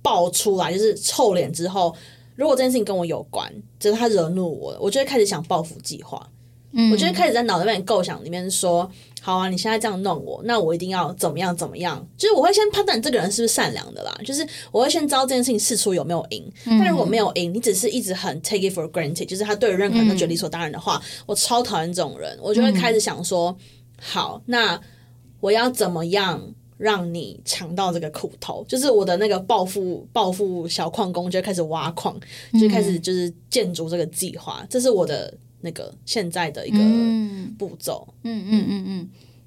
Speaker 1: 爆出来，就是臭脸之后，如果这件事情跟我有关，就是他惹怒我了，我就会开始想报复计划。嗯，我就会开始在脑袋里面构想里面说，好啊，你现在这样弄我，那我一定要怎么样怎么样。就是我会先判断这个人是不是善良的啦，就是我会先知道这件事情事出有没有赢。但如果没有赢，你只是一直很 take it for granted，就是他对任何人都觉得理所当然的话，我超讨厌这种人。我就会开始想说，好，那我要怎么样让你尝到这个苦头？就是我的那个报复报复小矿工就开始挖矿，就开始就是建筑这个计划，这是我的那个现在的一个步骤。
Speaker 2: 嗯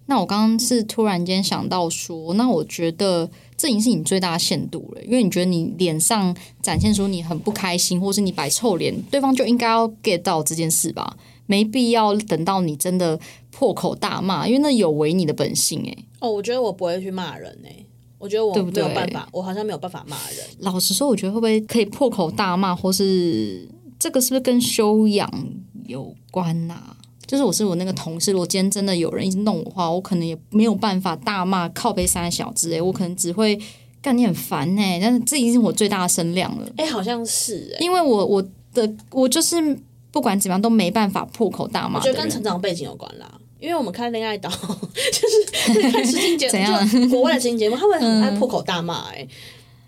Speaker 2: 那我刚刚是突然间想到说，那我觉得这已经是你最大的限度了，因为你觉得你脸上展现出你很不开心，或是你摆臭脸，对方就应该要 get 到这件事吧，没必要等到你真的破口大骂，因为那有违你的本性欸诶、
Speaker 1: 哦，我觉得我不会去骂人诶、我觉得我
Speaker 2: 对不
Speaker 1: 没
Speaker 2: 对
Speaker 1: 有办法，我好像没有办法骂人。
Speaker 2: 老实说，我觉得会不会可以破口大骂，或是这个是不是跟修养有关呐、就是我是我那个同事，如果今天真的有人一直弄我的话，我可能也没有办法大骂靠背三小之类，我可能只会干你很烦呢、但是这已经是我最大的声量了，
Speaker 1: 哎、好像是诶、
Speaker 2: 因为我我的我就是不管怎么样都没办法破口大骂
Speaker 1: 我
Speaker 2: 的
Speaker 1: 觉得跟
Speaker 2: 人。
Speaker 1: 成长背景有关啦。因为我们看恋爱岛，就是 看实境节
Speaker 2: 怎样
Speaker 1: 目，就国外的实境节目，他们很爱破口大骂哎、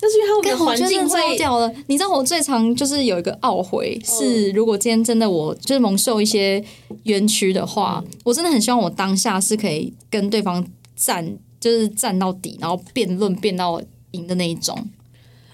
Speaker 1: 但是因为他们的
Speaker 2: 但我
Speaker 1: 环
Speaker 2: 觉得
Speaker 1: 境
Speaker 2: 真的超
Speaker 1: 会嗯
Speaker 2: 屌了。你知道我最常就是有一个懊悔，是如果今天真的我就是蒙受一些冤屈的话，我真的很希望我当下是可以跟对方站，就是站到底，然后辩论辩到赢的那一种。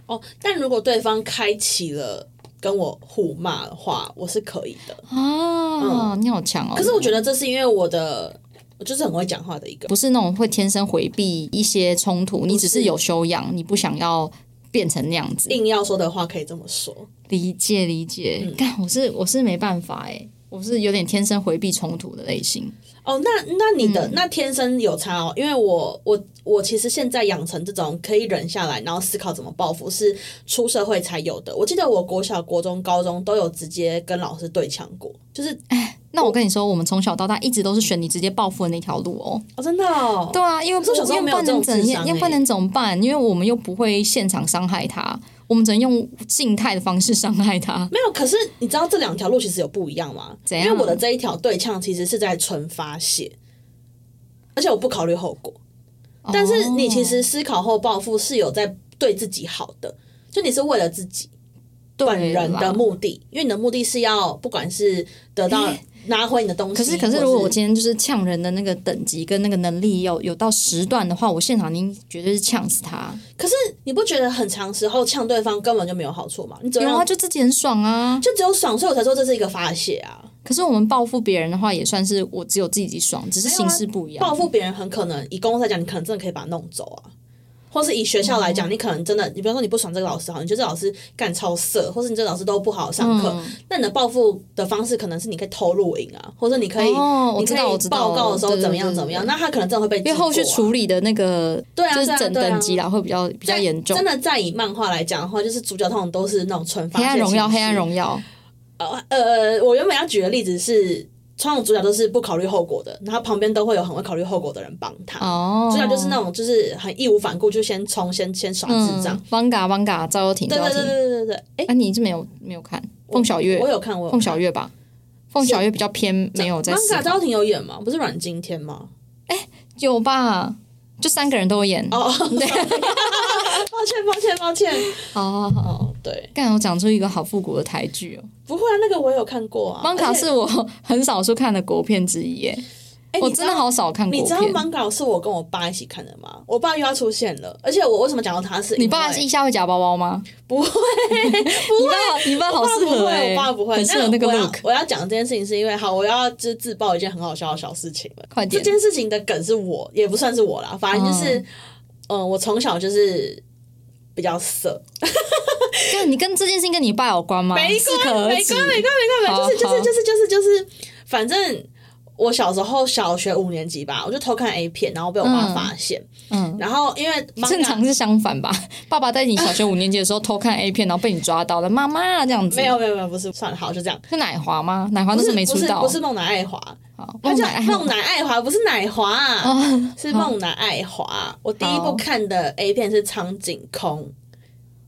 Speaker 1: 哦，但如果对方开启了跟我互骂的话，我是可以的。
Speaker 2: 啊，你好强哦！
Speaker 1: 嗯可是我觉得这是因为我的，我就是很会讲话的一个。
Speaker 2: 不是那种会天生回避一些冲突，你只
Speaker 1: 不
Speaker 2: 是
Speaker 1: 是
Speaker 2: 有修养，你不想要变成那样子。
Speaker 1: 硬要说的话，可以这么说。嗯
Speaker 2: 理解理解，但我是我是没办法哎、我是有点天生回避冲突的类型。
Speaker 1: 哦，那那你
Speaker 2: 嗯
Speaker 1: 的、那天生有差哦，因为我我我其实现在养成这种可以忍下来，然后思考怎么报复，是出社会才有的。我记得我国小、国中、高中都有直接跟老师对呛过，就是
Speaker 2: 那我跟你说，我们从小到大一直都是选你直接报复的那条路哦。
Speaker 1: 哦，真的哦，
Speaker 2: 对啊，因为
Speaker 1: 可是我小时候
Speaker 2: 要
Speaker 1: 没有
Speaker 2: 不
Speaker 1: 这
Speaker 2: 能
Speaker 1: 种
Speaker 2: 怎
Speaker 1: 智
Speaker 2: 样，
Speaker 1: 商
Speaker 2: 要不
Speaker 1: 欸
Speaker 2: 能怎么办？因为我们又不会现场伤害他，我们只能用静态的方式伤害他。
Speaker 1: 没有。可是你知道这两条路其实有不一样吗？
Speaker 2: 怎
Speaker 1: 因
Speaker 2: 样
Speaker 1: 为我的这一条对呛其实是在纯发泄，而且我不考虑后果。但是你其
Speaker 2: 哦
Speaker 1: 实思考后报复是有在对自己好的，就你是为了自己。
Speaker 2: 哦对
Speaker 1: 本人
Speaker 2: 啦
Speaker 1: 的目的，因为你的目的是要不管是得到拿回你的东西，
Speaker 2: 哎可是，可是，
Speaker 1: 或
Speaker 2: 如果我今天就是呛人的那个等级跟那个能力有有到十段的话，我现场已经绝对是呛死他。
Speaker 1: 可是你不觉得很长时候呛对方根本就没有好处吗？你只
Speaker 2: 有啊，
Speaker 1: 要
Speaker 2: 就自己很爽啊。
Speaker 1: 就只有爽，所以我才说这是一个发泄啊。
Speaker 2: 可是我们报复别人的话，也算是我只有自己爽，只是形式不一样。
Speaker 1: 啊报复别人很可能以公司来讲，你可能真的可以把他弄走啊。或是以学校来
Speaker 2: 嗯
Speaker 1: 讲，你可能真的，你比方说你不爽这个老师好，你觉得这老师干超色，或是你这老师都不好上课，
Speaker 2: 嗯
Speaker 1: 那你的报复的方式可能是你可以偷录影啊，或者你可以，
Speaker 2: 哦我
Speaker 1: 你
Speaker 2: 知
Speaker 1: 可
Speaker 2: 道我
Speaker 1: 以
Speaker 2: 知道
Speaker 1: 报告的时候
Speaker 2: 对对
Speaker 1: 怎么样
Speaker 2: 对
Speaker 1: 怎么样，那他可能真的会被记过啊、
Speaker 2: 因为后续处理的那个，
Speaker 1: 对啊
Speaker 2: 就是
Speaker 1: 对啊
Speaker 2: 整
Speaker 1: 对啊
Speaker 2: 等级啦，会比较比较严重
Speaker 1: 真。的，再以漫画来讲的话，就是主角通常都是那种纯发
Speaker 2: 黑
Speaker 1: 泄
Speaker 2: 暗荣耀，
Speaker 1: 情绪
Speaker 2: 黑暗。荣耀，
Speaker 1: 呃呃，我原本要举的例子是，通常主角都是不考虑后果的，然后旁边都会有很会考虑后果的人帮他。
Speaker 2: 哦，
Speaker 1: 主角就是那种就是很义无反顾，就先冲，先先耍智障。
Speaker 2: 嗯，邦嘎邦嘎，赵又廷，
Speaker 1: 对
Speaker 2: 赵
Speaker 1: 对
Speaker 2: 又
Speaker 1: 对
Speaker 2: 廷。
Speaker 1: 对对对对，哎、
Speaker 2: 啊，你是没有没有看凤小岳
Speaker 1: 我？有看，我有
Speaker 2: 凤
Speaker 1: 看
Speaker 2: 小岳吧，凤小岳比较偏没有在思
Speaker 1: ，manga
Speaker 2: 考。
Speaker 1: 昭廷有演吗？不是阮经天吗？
Speaker 2: 有吧？就三个人都有演
Speaker 1: 哦，
Speaker 2: 对，
Speaker 1: 抱歉抱歉抱歉。
Speaker 2: 哦，好
Speaker 1: 哦，对，
Speaker 2: 刚才我讲出一个好复古的台剧哦，
Speaker 1: 不会啊，那个我有看过啊。
Speaker 2: 《芒卡》
Speaker 1: 而且
Speaker 2: 是我 很少数看的国片之一耶，
Speaker 1: 哎
Speaker 2: 我
Speaker 1: 你知
Speaker 2: 真
Speaker 1: 道
Speaker 2: 的好少看
Speaker 1: 你
Speaker 2: 国
Speaker 1: 知道
Speaker 2: 片。
Speaker 1: 芒果是我跟我爸一起看的吗？我爸又要出现了，而且我为什么讲到他是因为？
Speaker 2: 你爸是一下会夹包包吗？
Speaker 1: 不
Speaker 2: 会， 你爸你 爸好适合哎，
Speaker 1: 我爸不会，
Speaker 2: 很适合那个
Speaker 1: 但我要
Speaker 2: look。
Speaker 1: 我要讲这件事情是因为，好，我要就是自曝一件很好笑的小事情了。
Speaker 2: 快
Speaker 1: 这
Speaker 2: 点，
Speaker 1: 件事情的梗是我，也不算是我啦，反正就是，嗯、我从小就是比较色，
Speaker 2: 看你跟这件事情跟你爸有关吗？
Speaker 1: 没
Speaker 2: 适可而
Speaker 1: 没
Speaker 2: 止
Speaker 1: 关。没关没
Speaker 2: 啊
Speaker 1: 关，就是就是就是就是就是，反正。我小时候小学五年级吧，我就偷看 A 片，然后被我爸发现。
Speaker 2: 嗯，
Speaker 1: 然后因为
Speaker 2: 正
Speaker 1: manga-
Speaker 2: 常是相反吧？ 爸爸在你小学五年级的时候偷看 A 片，然后被你抓到了，妈妈这样子。
Speaker 1: 没有没有没有，不是，算了，好，就这样。
Speaker 2: 是奶华吗？奶华那没
Speaker 1: 不
Speaker 2: 出
Speaker 1: 是
Speaker 2: 道，
Speaker 1: 不是孟乃爱华，
Speaker 2: 好，
Speaker 1: 他叫
Speaker 2: 奶
Speaker 1: 孟乃爱华，不是奶华、啊
Speaker 2: 哦
Speaker 1: 是孟乃爱华。我第一部看的 A 片是苍井空，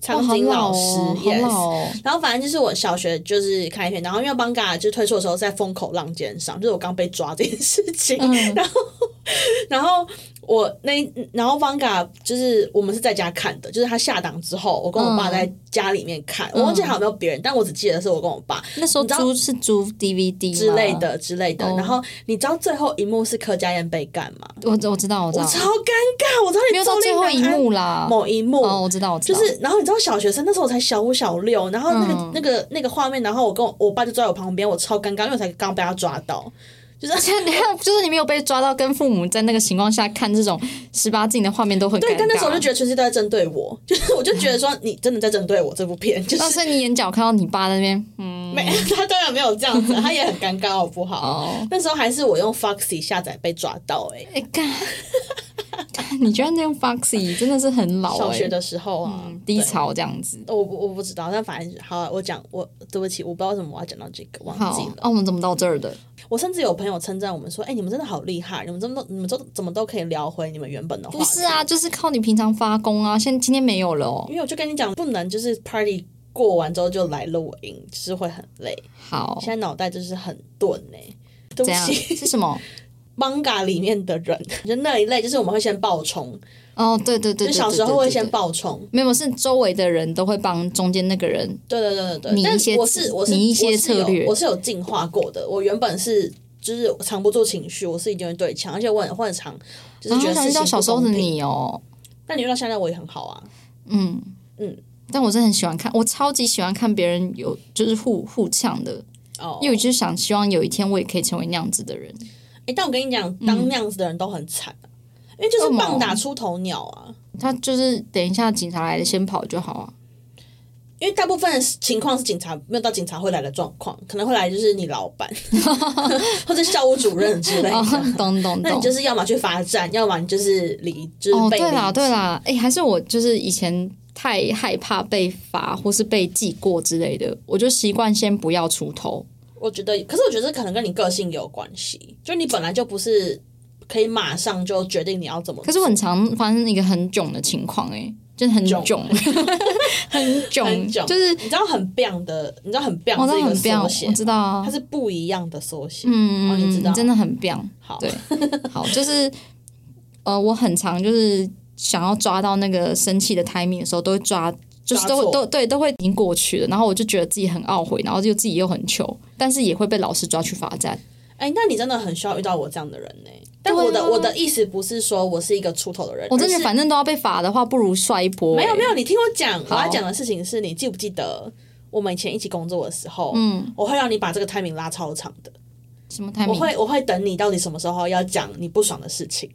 Speaker 1: 苍井老师、
Speaker 2: 哦、好
Speaker 1: y e
Speaker 2: 老
Speaker 1: s
Speaker 2: 哦
Speaker 1: 然后反正就是我小学就是看 A 片，然后因为邦嘎就推出的时候是在风口浪尖上，就是我刚被抓这件事情，
Speaker 2: 嗯
Speaker 1: 然后 然后我那然后邦嘎就是我们是在家看的，就是他下档之后，我跟我爸
Speaker 2: 嗯
Speaker 1: 在家里面看，我忘记还有没有别人，但我只记得是我跟我爸，
Speaker 2: 那时候
Speaker 1: 你知道
Speaker 2: 租是租 DVD
Speaker 1: 之类
Speaker 2: 吗。
Speaker 1: 的之类的。
Speaker 2: 哦
Speaker 1: 然后你知道最后一幕是柯佳嬿被干嘛？
Speaker 2: 我我知道，我知
Speaker 1: 我
Speaker 2: 道，
Speaker 1: 超尴尬，我超
Speaker 2: 没有到最后一幕啦。
Speaker 1: 某一幕。
Speaker 2: 哦，我知道，我知
Speaker 1: 就
Speaker 2: 道，
Speaker 1: 是，然后你知道小学生那时候我才小五小六，然后那个、
Speaker 2: 嗯
Speaker 1: 那个那个画面，然后我跟我我爸就坐在我旁边，我超尴尬，因为我才刚被他抓到， 就是
Speaker 2: 而且你看， 就是你没有被抓到，跟父母在那个情况下看这种十八禁的画面都很尴
Speaker 1: 对，
Speaker 2: 尬。
Speaker 1: 但那时候我就觉得全世界都在针对 我，就是我就觉得说你真的在针对我这部片，就
Speaker 2: 但
Speaker 1: 是
Speaker 2: 是你眼角看到你爸在那边，嗯，
Speaker 1: 没 他当然没有这样子，他也很尴尬，好不好？
Speaker 2: 哦，
Speaker 1: 那时候还是我用 Foxy 下载被抓到、欸，
Speaker 2: 哎、干， 你居然在用 Foxy，真的是很老
Speaker 1: 小
Speaker 2: 哎、
Speaker 1: 学的时候啊，
Speaker 2: 嗯低
Speaker 1: 对
Speaker 2: 潮这样子。
Speaker 1: 我不我不知道，但反正好啊，我讲我对不起，我不知道为什么我要讲到这个，忘
Speaker 2: 好
Speaker 1: 记，了。
Speaker 2: 那、我们怎么到这儿的？
Speaker 1: 我甚至有朋友称赞我们说：“哎、你们真的好厉害，你们真的你们都怎么都可以聊回你们原本的话。”
Speaker 2: 不是，啊，就是靠你平常发功啊，现今天没有了哦。
Speaker 1: 因为我就跟你讲，不能就是 party 过完之后就来录音，就是会很累。
Speaker 2: 好
Speaker 1: 现，在脑袋就是很钝呢、 对
Speaker 2: 怎
Speaker 1: 不
Speaker 2: 样？
Speaker 1: 起
Speaker 2: 是什么？
Speaker 1: ，manga 里面的人就那一类，就是我们会先爆冲，
Speaker 2: 哦，对对对对
Speaker 1: 就
Speaker 2: 对，
Speaker 1: 小时候会先
Speaker 2: 帮，
Speaker 1: 爆冲。
Speaker 2: 没有是周围的人都会帮中间那个人。
Speaker 1: 对对对对
Speaker 2: 你
Speaker 1: 对，
Speaker 2: 一
Speaker 1: 但
Speaker 2: 些
Speaker 1: 我
Speaker 2: 自
Speaker 1: 是我是
Speaker 2: 你一些
Speaker 1: 我是有
Speaker 2: 策略
Speaker 1: 我是有进化过的。我原本是就是藏不住情绪，我是一定会对呛，而且我很我很常就是
Speaker 2: 然
Speaker 1: 觉得
Speaker 2: 后
Speaker 1: 事
Speaker 2: 想遇
Speaker 1: 情
Speaker 2: 到
Speaker 1: 不
Speaker 2: 小时候的
Speaker 1: 公平。
Speaker 2: 啊你哦，
Speaker 1: 但你遇到现在我也很好啊，
Speaker 2: 嗯
Speaker 1: 嗯。
Speaker 2: 但我真的很喜欢看，我超级喜欢看别人有就是互互呛的，
Speaker 1: 哦，
Speaker 2: 因为我就是想希望有一天我也可以成为那样子的人。
Speaker 1: 哎，但我跟你讲，当那样子的人都很惨啊、因为就是
Speaker 2: 嗯为什么
Speaker 1: 棒打出头鸟啊。
Speaker 2: 他就是等一下警察来了先跑就好啊。
Speaker 1: 因为大部分情况是警察没有到警察会来的状况，可能会来就是你老 板或者校务主任之类
Speaker 2: 哦
Speaker 1: 的。，
Speaker 2: 懂懂
Speaker 1: 那你
Speaker 2: 懂
Speaker 1: 就。是要么去罚站，要么你就是离，就是
Speaker 2: 哦，
Speaker 1: 被
Speaker 2: 对啦
Speaker 1: 离
Speaker 2: 对啦，哎、还是我就是以前太害怕被罚或是被记过之类的，我就习惯先不要出头。
Speaker 1: 我觉得，可是我觉得这可能跟你个性有关系，就你本来就不是可以马上就决定你要怎么做。
Speaker 2: 可是我很常发生一个很囧的情况、哎，就是很
Speaker 1: 囧
Speaker 2: 囧， 很
Speaker 1: 很囧
Speaker 2: 囧，就是
Speaker 1: 你知道很 biang 的，你知道很 biang
Speaker 2: 我知
Speaker 1: 是
Speaker 2: 道
Speaker 1: 一个
Speaker 2: 很彪，
Speaker 1: 缩写
Speaker 2: 我，知道啊
Speaker 1: 它，是不一样的缩写。
Speaker 2: 嗯，
Speaker 1: 哦你知道
Speaker 2: 真的很彪。
Speaker 1: 好，
Speaker 2: 对好，就是呃，我很常就是想要抓到那个生气的 timing 的时候，都会抓，就是
Speaker 1: 抓
Speaker 2: 都会
Speaker 1: 错
Speaker 2: 都对都会已经过去了，然后我就觉得自己很懊悔，然后就自己又很糗，但是也会被老师抓去罚站。
Speaker 1: 哎、那你真的很需要遇到我这样的人呢、但
Speaker 2: 对啊
Speaker 1: 我的、我的意思不是说我是一个出头的人，
Speaker 2: 我真
Speaker 1: 而
Speaker 2: 的
Speaker 1: 是
Speaker 2: 反正都要被罚的话，不如摔一波、
Speaker 1: 没有
Speaker 2: 欸
Speaker 1: 没有，你听我讲，我
Speaker 2: 好
Speaker 1: 要讲的事情是你记不记得我们以前一起工作的时候，嗯，我会让你把这个 timing 拉超长的，
Speaker 2: 什么
Speaker 1: 我
Speaker 2: timing？
Speaker 1: 会我会等你到底什么时候要讲你不爽的事情。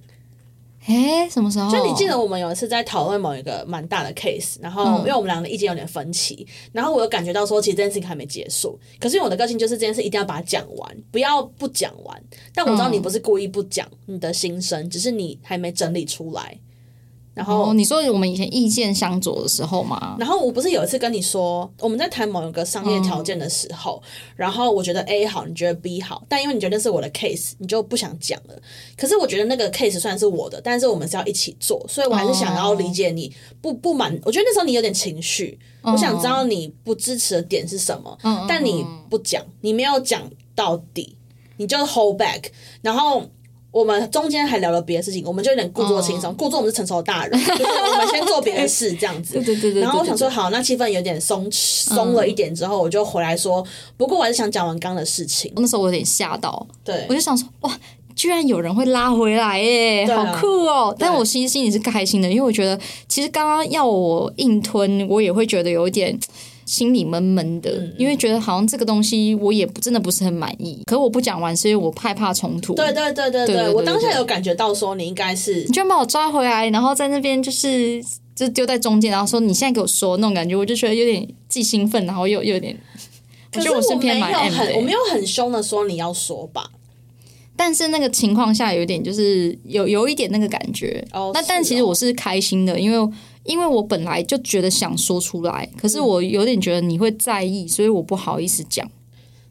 Speaker 2: 哎、什么时候？
Speaker 1: 就你记得我们有一次在讨论某一个蛮大的 case，然后因为我们两个的意见有点分歧，然后我有感觉到说，其实这件事情还没结束。可是因为我的个性就是这件事一定要把它讲完，不要不讲完。但我知道你不是故意不讲你的心声，只是你还没整理出来。然后
Speaker 2: 哦，你说我们以前意见相左的时候嘛？
Speaker 1: 然后我不是有一次跟你说，我们在谈某一个商业条件的时候，然后我觉得 A 好，你觉得 B 好，但因为你觉得那是我的 case，你就不想讲了。可是我觉得那个 case 虽然是我的，但是我们是要一起做，所以我还是想要理解你不不满。我觉得那时候你有点情绪，我想知道你不支持的点是什么，但你不讲，你没有讲到底，你就 hold back，然后。我们中间还聊了别的事情，我们就有点故作轻松，故作我们是成熟的大人，就是我们先做别的事这样子。
Speaker 2: 对对对对对。
Speaker 1: 然后我
Speaker 2: 对
Speaker 1: 想
Speaker 2: 对嗯
Speaker 1: 说，好，那气氛有点松松了一点之后，我就回来说，不过我还是想讲完刚的事情。
Speaker 2: 那时候我有点吓到，
Speaker 1: 对
Speaker 2: 我，就想说，哇，居然有人会拉回来耶，
Speaker 1: 对啊
Speaker 2: 好酷哦！但我心心里是开心的，因为我觉得其实刚刚要我硬吞，我也会觉得有一点。心里闷闷的，
Speaker 1: 嗯
Speaker 2: 因为觉得好像这个东西我也不真的不是很满意，可我不讲完，所以我害怕冲突。
Speaker 1: 对对对对
Speaker 2: 对
Speaker 1: 对，
Speaker 2: 对
Speaker 1: 我当
Speaker 2: 对
Speaker 1: 下
Speaker 2: 对
Speaker 1: 有感觉到说，你应该是
Speaker 2: 你居然把我抓回来，然后在那边就是就丢在中间，然后说你现在给我说那种感觉，我就觉得有点既兴奋，然后又又有点，我
Speaker 1: 可
Speaker 2: 觉
Speaker 1: 是
Speaker 2: 得是
Speaker 1: 我没
Speaker 2: 偏
Speaker 1: 有
Speaker 2: 蛮 M 的
Speaker 1: 很，
Speaker 2: 欸
Speaker 1: 我没有很凶的说你要说吧。
Speaker 2: 但是那个情况下有一点就是有有一点那个感觉。
Speaker 1: 哦
Speaker 2: 那
Speaker 1: 是
Speaker 2: 但其实
Speaker 1: 哦
Speaker 2: 我是开心的，因为因为我本来就觉得想说出来，可
Speaker 1: 嗯
Speaker 2: 是我有点觉得你会在意，所以我不好意思讲。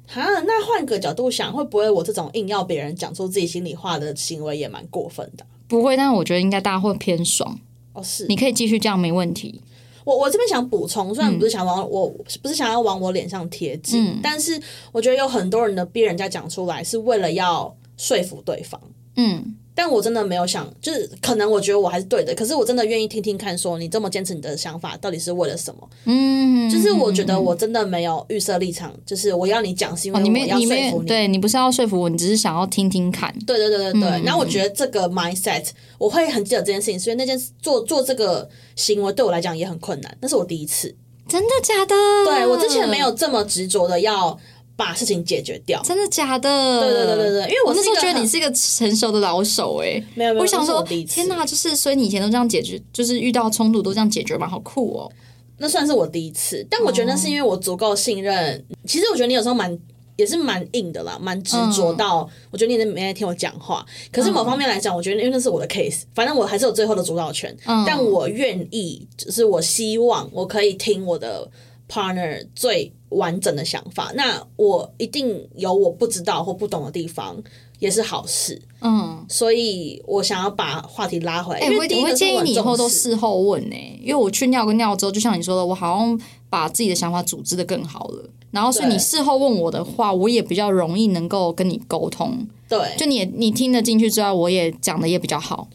Speaker 1: 哈，那换个角度想，会不会我这种硬要别人讲出自己心里话的行为也蛮过分的啊？
Speaker 2: 不会，但是我觉得应该大家会偏爽。
Speaker 1: 哦，是
Speaker 2: 你可以继续这样没问题。
Speaker 1: 我我这边想补充，虽
Speaker 2: 嗯
Speaker 1: 然不是想往、我不是想要往我脸上贴金，但是我觉得有很多人的逼人家讲出来，是为了要说服对方。
Speaker 2: 嗯，
Speaker 1: 但我真的没有想，就是可能我觉得我还是对的，可是我真的愿意听听看，说你这么坚持你的想法到底是为了什么？
Speaker 2: 嗯，
Speaker 1: 就是我觉得我真的没有预设立场，就是我要你讲是因为
Speaker 2: 哦，你
Speaker 1: 我
Speaker 2: 没
Speaker 1: 要
Speaker 2: 你
Speaker 1: 说
Speaker 2: 没
Speaker 1: 服你。
Speaker 2: 对你不是要说服我，你只是想要听听看。
Speaker 1: 对对对对
Speaker 2: 嗯
Speaker 1: 对，然后我觉得这个 mindset 我会很记得这件事情，所以那件事做做这个行为对我来讲也很困难，那是我第一次，
Speaker 2: 真的假的？
Speaker 1: 对我之前没有这么执着的要把事情解决掉。
Speaker 2: 真的假的？
Speaker 1: 对对对对对，因为
Speaker 2: 我
Speaker 1: 我
Speaker 2: 那时
Speaker 1: 是一
Speaker 2: 候
Speaker 1: 个
Speaker 2: 觉得你
Speaker 1: 很
Speaker 2: 是一个成熟的老手哎、
Speaker 1: 没有没有，
Speaker 2: 我想
Speaker 1: 那是
Speaker 2: 说，
Speaker 1: 第一次
Speaker 2: 天，哪，就是所以你以前都这样解决，就是遇到冲突都这样解决嘛，好酷哦！
Speaker 1: 那算是我第一次，但我觉得那是因为我足够信任。其实我觉得你有时候蛮也是蛮硬的啦，蛮执着
Speaker 2: 嗯
Speaker 1: 到、我觉得你也没在听我讲话。可是某方面来讲，我觉得因为那是我的 case，反正我还是有最后的主导权。
Speaker 2: 嗯
Speaker 1: 但我愿意，就是我希望我可以听我的 partner 最完整的想法。那我一定有我不知道或不懂的地方，也是好事。
Speaker 2: 嗯，
Speaker 1: 所以我想要把话题拉回来，
Speaker 2: 哎、
Speaker 1: 因
Speaker 2: 我
Speaker 1: 为第
Speaker 2: 会
Speaker 1: 一
Speaker 2: 我
Speaker 1: 个是
Speaker 2: 会建议
Speaker 1: 我很
Speaker 2: 你以后
Speaker 1: 重
Speaker 2: 都
Speaker 1: 视
Speaker 2: 事后问呢、因为我去尿个尿之后，就像你说的，我好像把自己的想法组织的更好了。然后，所以
Speaker 1: 对
Speaker 2: 你事后问我的话，我也比较容易能够跟你沟通。
Speaker 1: 对，
Speaker 2: 就你也你听得进去之外，我也讲的也比较好。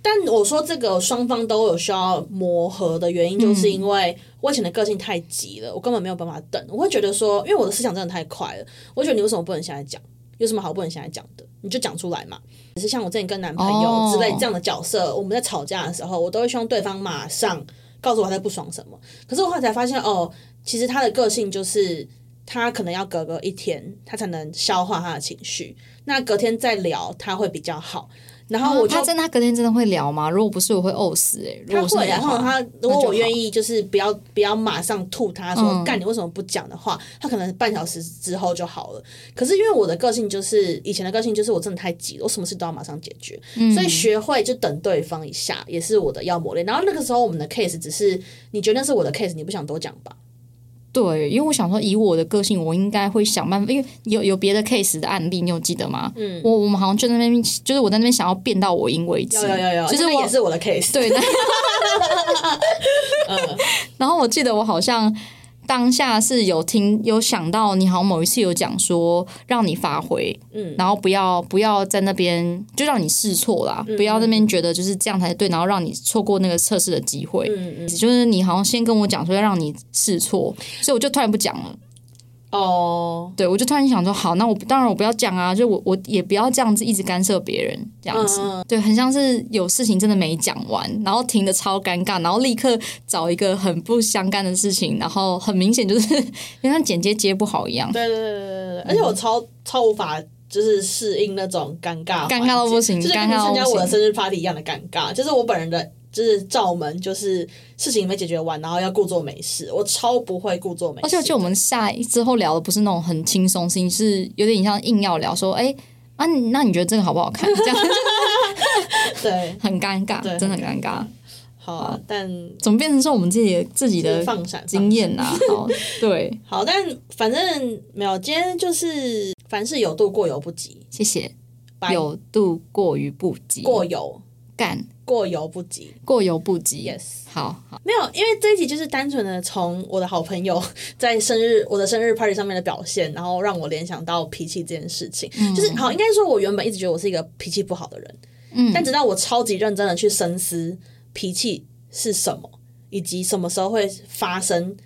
Speaker 1: 但我说这个双方都有需要磨合的原因，就是因为我以前的个性太急了，我根本没有办法等。我会觉得说，因为我的思想真的太快了，我觉得你为什么不能现在讲？有什么好不能现在讲的？你就讲出来嘛。只是像我之前跟男朋友
Speaker 2: 哦
Speaker 1: 之类这样的角色，我们在吵架的时候，我都会希望对方马上告诉我他在不爽什么。可是我后来才发现，哦，其实他的个性就是他可能要隔个一天，他才能消化他的情绪。那隔天再聊，他会比较好。然后我就
Speaker 2: 啊他真的，他隔天真的会聊吗？如果不是，我会呕死哎、欸。如
Speaker 1: 他
Speaker 2: 果是
Speaker 1: 会，
Speaker 2: 你的
Speaker 1: 然后
Speaker 2: 话
Speaker 1: 他如果
Speaker 2: 就
Speaker 1: 我愿
Speaker 2: 好
Speaker 1: 意，就是不要不要马上吐他说
Speaker 2: 嗯
Speaker 1: 干你为什么不讲的话，他可能半小时之后就好了。可是因为我的个性就是以前的个性就是我真的太急了，我什么事都要马上解决，
Speaker 2: 嗯
Speaker 1: 所以学会就等对方一下也是我的要磨练。然后那个时候我们的 case 只是你觉得那是我的 case，你不想多讲吧？
Speaker 2: 对，因为我想说，以我的个性，我应该会想办法，因为有有别的 case 的案例，你有记得吗？嗯，我我们好像就在那边，就是我在那边想要变到我赢为止。
Speaker 1: 有有有有，
Speaker 2: 就是
Speaker 1: 那
Speaker 2: 我
Speaker 1: 也是我的 case。
Speaker 2: 对的。 嗯然后我记得我好像当下是有听有想到，你好像某一次有讲说让你发挥，嗯，然后不要不要在那边就让你试错啦，不要那边觉得就是这样才对，然后让你错过那个测试的机会。嗯嗯，就是你好像先跟我讲说要让你试错，所以我就突然不讲了。
Speaker 1: 哦，
Speaker 2: 对，我就突然想说，好，那我当然我不要讲啊，就我我也不要这样子一直干涉别人，这样子，对，很像是有事情真的没讲完，然后停的超尴尬，然后立刻找一个很不相干的事情，然后很明显就是 就像剪接接不好一样，
Speaker 1: 对对对对对对，而且我超超无法。就是适应那种尴尬环境，
Speaker 2: 尴尬到不行
Speaker 1: 就是跟
Speaker 2: 尴
Speaker 1: 你
Speaker 2: 尬到
Speaker 1: 参加
Speaker 2: 不
Speaker 1: 我的
Speaker 2: 行
Speaker 1: 生日 party 一样的尴尬。就是我本人的，就是照门，就是事情没解决完，然后要故作没事，我超不会故作没事。
Speaker 2: 而且我觉得我们下一之后聊的不是那种很轻松的事情，是有点像硬要聊说，哎、啊，你那你觉得这个好不好看？ 这样
Speaker 1: 对，
Speaker 2: 很尴尬
Speaker 1: 对，
Speaker 2: 真的很
Speaker 1: 很
Speaker 2: 尴尬，
Speaker 1: 好啊，但
Speaker 2: 怎么变成说我们自己的自己的
Speaker 1: 放闪
Speaker 2: 经验呐、啊？好，对，
Speaker 1: 好，但反正没有，今天就是凡事有度，过犹不及，
Speaker 2: 谢谢。
Speaker 1: 白
Speaker 2: 有度过于不及，
Speaker 1: 过犹
Speaker 2: 干
Speaker 1: 过犹不及。
Speaker 2: 过犹不及。
Speaker 1: Yes，
Speaker 2: 好好，
Speaker 1: 没有，因为这一集就是单纯的从我的好朋友 在生日我的生日 party 上面的表现，然后让我联想到脾气这件事情。就是好，应该说我原本一直觉得我是一个脾气不好的人，
Speaker 2: 嗯
Speaker 1: 但直到我超级认真的去深思脾气是什么，以及什么时候会发生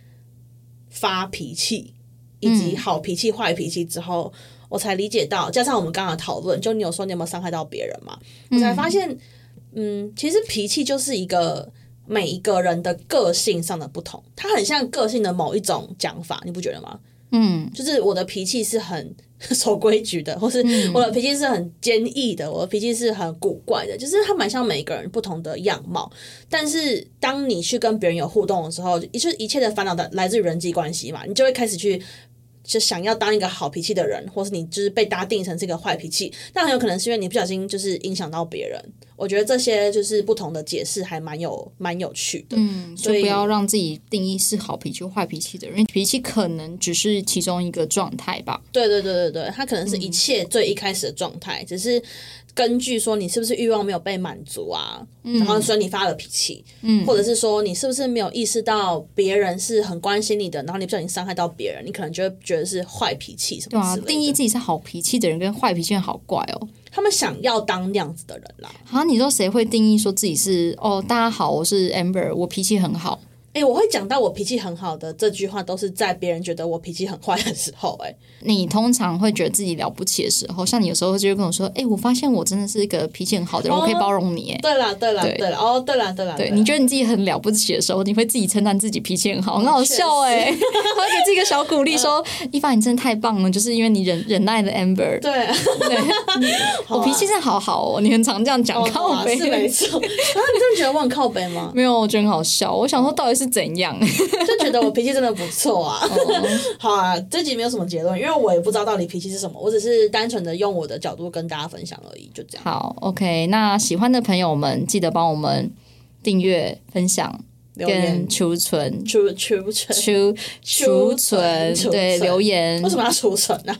Speaker 1: 发脾气，以及好脾气、坏脾气之后。我才理解到，加上我们刚刚的讨论，就你有说你有没有伤害到别人嘛？我才发现，嗯，其实脾气就是一个每一个人的个性上的不同，它很像个性的某一种讲法，你不觉得吗？
Speaker 2: 嗯，
Speaker 1: 就是我的脾气是很 守规矩的，或是我的脾气是很坚毅的，我的脾气是很古怪的，就是它蛮像每个人不同的样貌。但是当你去跟别人有互动的时候，一就是一切的烦恼的来自于人际关系嘛，你就会开始去。就想要当一个好脾气的人，或是你就是被大家定成是一个坏脾气，那很有可能是因为你不小心就是影响到别人。我觉得这些就是不同的解释，还蛮有蛮有趣的。
Speaker 2: 嗯，就
Speaker 1: 所以
Speaker 2: 不要让自己定义是好脾气、坏脾气的人，因为脾气可能只是其中一个状态吧。
Speaker 1: 对对对对对，它可能是一
Speaker 2: 嗯
Speaker 1: 切最一开始的状态，只是根据说你是不是欲望没有被满足啊，然
Speaker 2: 嗯
Speaker 1: 后所以你发了脾气，嗯，或者是说你是不是没有意识到别人是很关心你的，然后你不小心伤害到别人，你可能就会觉得是坏脾气什
Speaker 2: 对
Speaker 1: 么
Speaker 2: 啊，
Speaker 1: 之类的。
Speaker 2: 定义自己是好脾气的人跟坏脾气的人好怪哦。
Speaker 1: 他们想要当那样子的人啦。
Speaker 2: 好像你说谁会定义说自己是哦，大家好，我是 Amber，我脾气很好。
Speaker 1: 哎，我会讲到我脾气很好的这句话，都是在别人觉得我脾气很坏的时候、诶，哎，
Speaker 2: 你通常会觉得自己了不起的时候，像你有时候就会跟我说：“哎、我发现我真的是一个脾气很好的人，我可以
Speaker 1: 哦
Speaker 2: 包容你。”哎，
Speaker 1: 对啦对啦
Speaker 2: 对
Speaker 1: 对啦，哦对啦对啦，
Speaker 2: 对，
Speaker 1: 啦
Speaker 2: 你觉得你自己很了不起的时候，你会自己称赞自己脾气很好，很好笑哎、欸， 还会给自己一个小鼓励，说：“
Speaker 1: 嗯
Speaker 2: 一凡，你真的太棒了，就是因为你忍忍耐了 Amber，
Speaker 1: 对。
Speaker 2: 我脾气真的好好 哦，你很常这样
Speaker 1: 啊
Speaker 2: 讲
Speaker 1: 哦 好
Speaker 2: 靠
Speaker 1: 啊
Speaker 2: 背。
Speaker 1: 是没错，然后你真的觉得我很靠北吗？
Speaker 2: 没有，我觉得很好笑。我想说，到底是怎样？
Speaker 1: 就觉得我脾气真的不错啊。
Speaker 2: 哦
Speaker 1: 好啊，这集没有什么结论，因为我也不知道到底脾气是什么，我只是单纯的用我的角度跟大家分享而已，就这样。
Speaker 2: 好，OK。那喜欢的朋友们，记得帮我们订阅、分享
Speaker 1: 留
Speaker 2: 跟
Speaker 1: 言
Speaker 2: 储存、
Speaker 1: 储储存，
Speaker 2: 储储存，
Speaker 1: 储存
Speaker 2: 对，留言
Speaker 1: 为。什么要储存啊呢、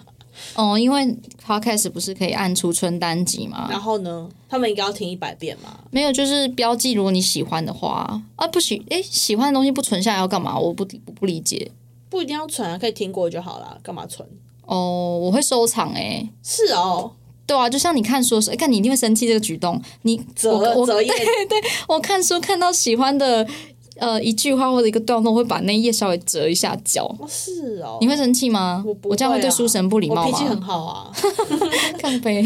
Speaker 2: 哦，因为 Podcast 不是可以按储存单集吗？
Speaker 1: 然后呢，他们应该要听一百遍嘛？
Speaker 2: 没有，就是标记。如果你喜欢的话，啊，不喜，诶，喜欢的东西不存下来要干嘛？我不不不理解。
Speaker 1: 不一定要存啊，可以听过就好啦，干嘛存？
Speaker 2: 哦，我会收藏诶，
Speaker 1: 是哦，
Speaker 2: 对啊，就像你看书的时候，诶看你一定会生气这个举动。你
Speaker 1: 折
Speaker 2: 我我
Speaker 1: 折页
Speaker 2: 我看书看到喜欢的呃一句话或者一个段落，我会把那一页稍微折一下角。
Speaker 1: 哦是哦，
Speaker 2: 你会生气吗？
Speaker 1: 我不
Speaker 2: 这样
Speaker 1: 会
Speaker 2: 会对
Speaker 1: 啊
Speaker 2: 书神不礼
Speaker 1: 我
Speaker 2: 貌
Speaker 1: 脾气
Speaker 2: 吗
Speaker 1: 很？好啊。
Speaker 2: 看呗。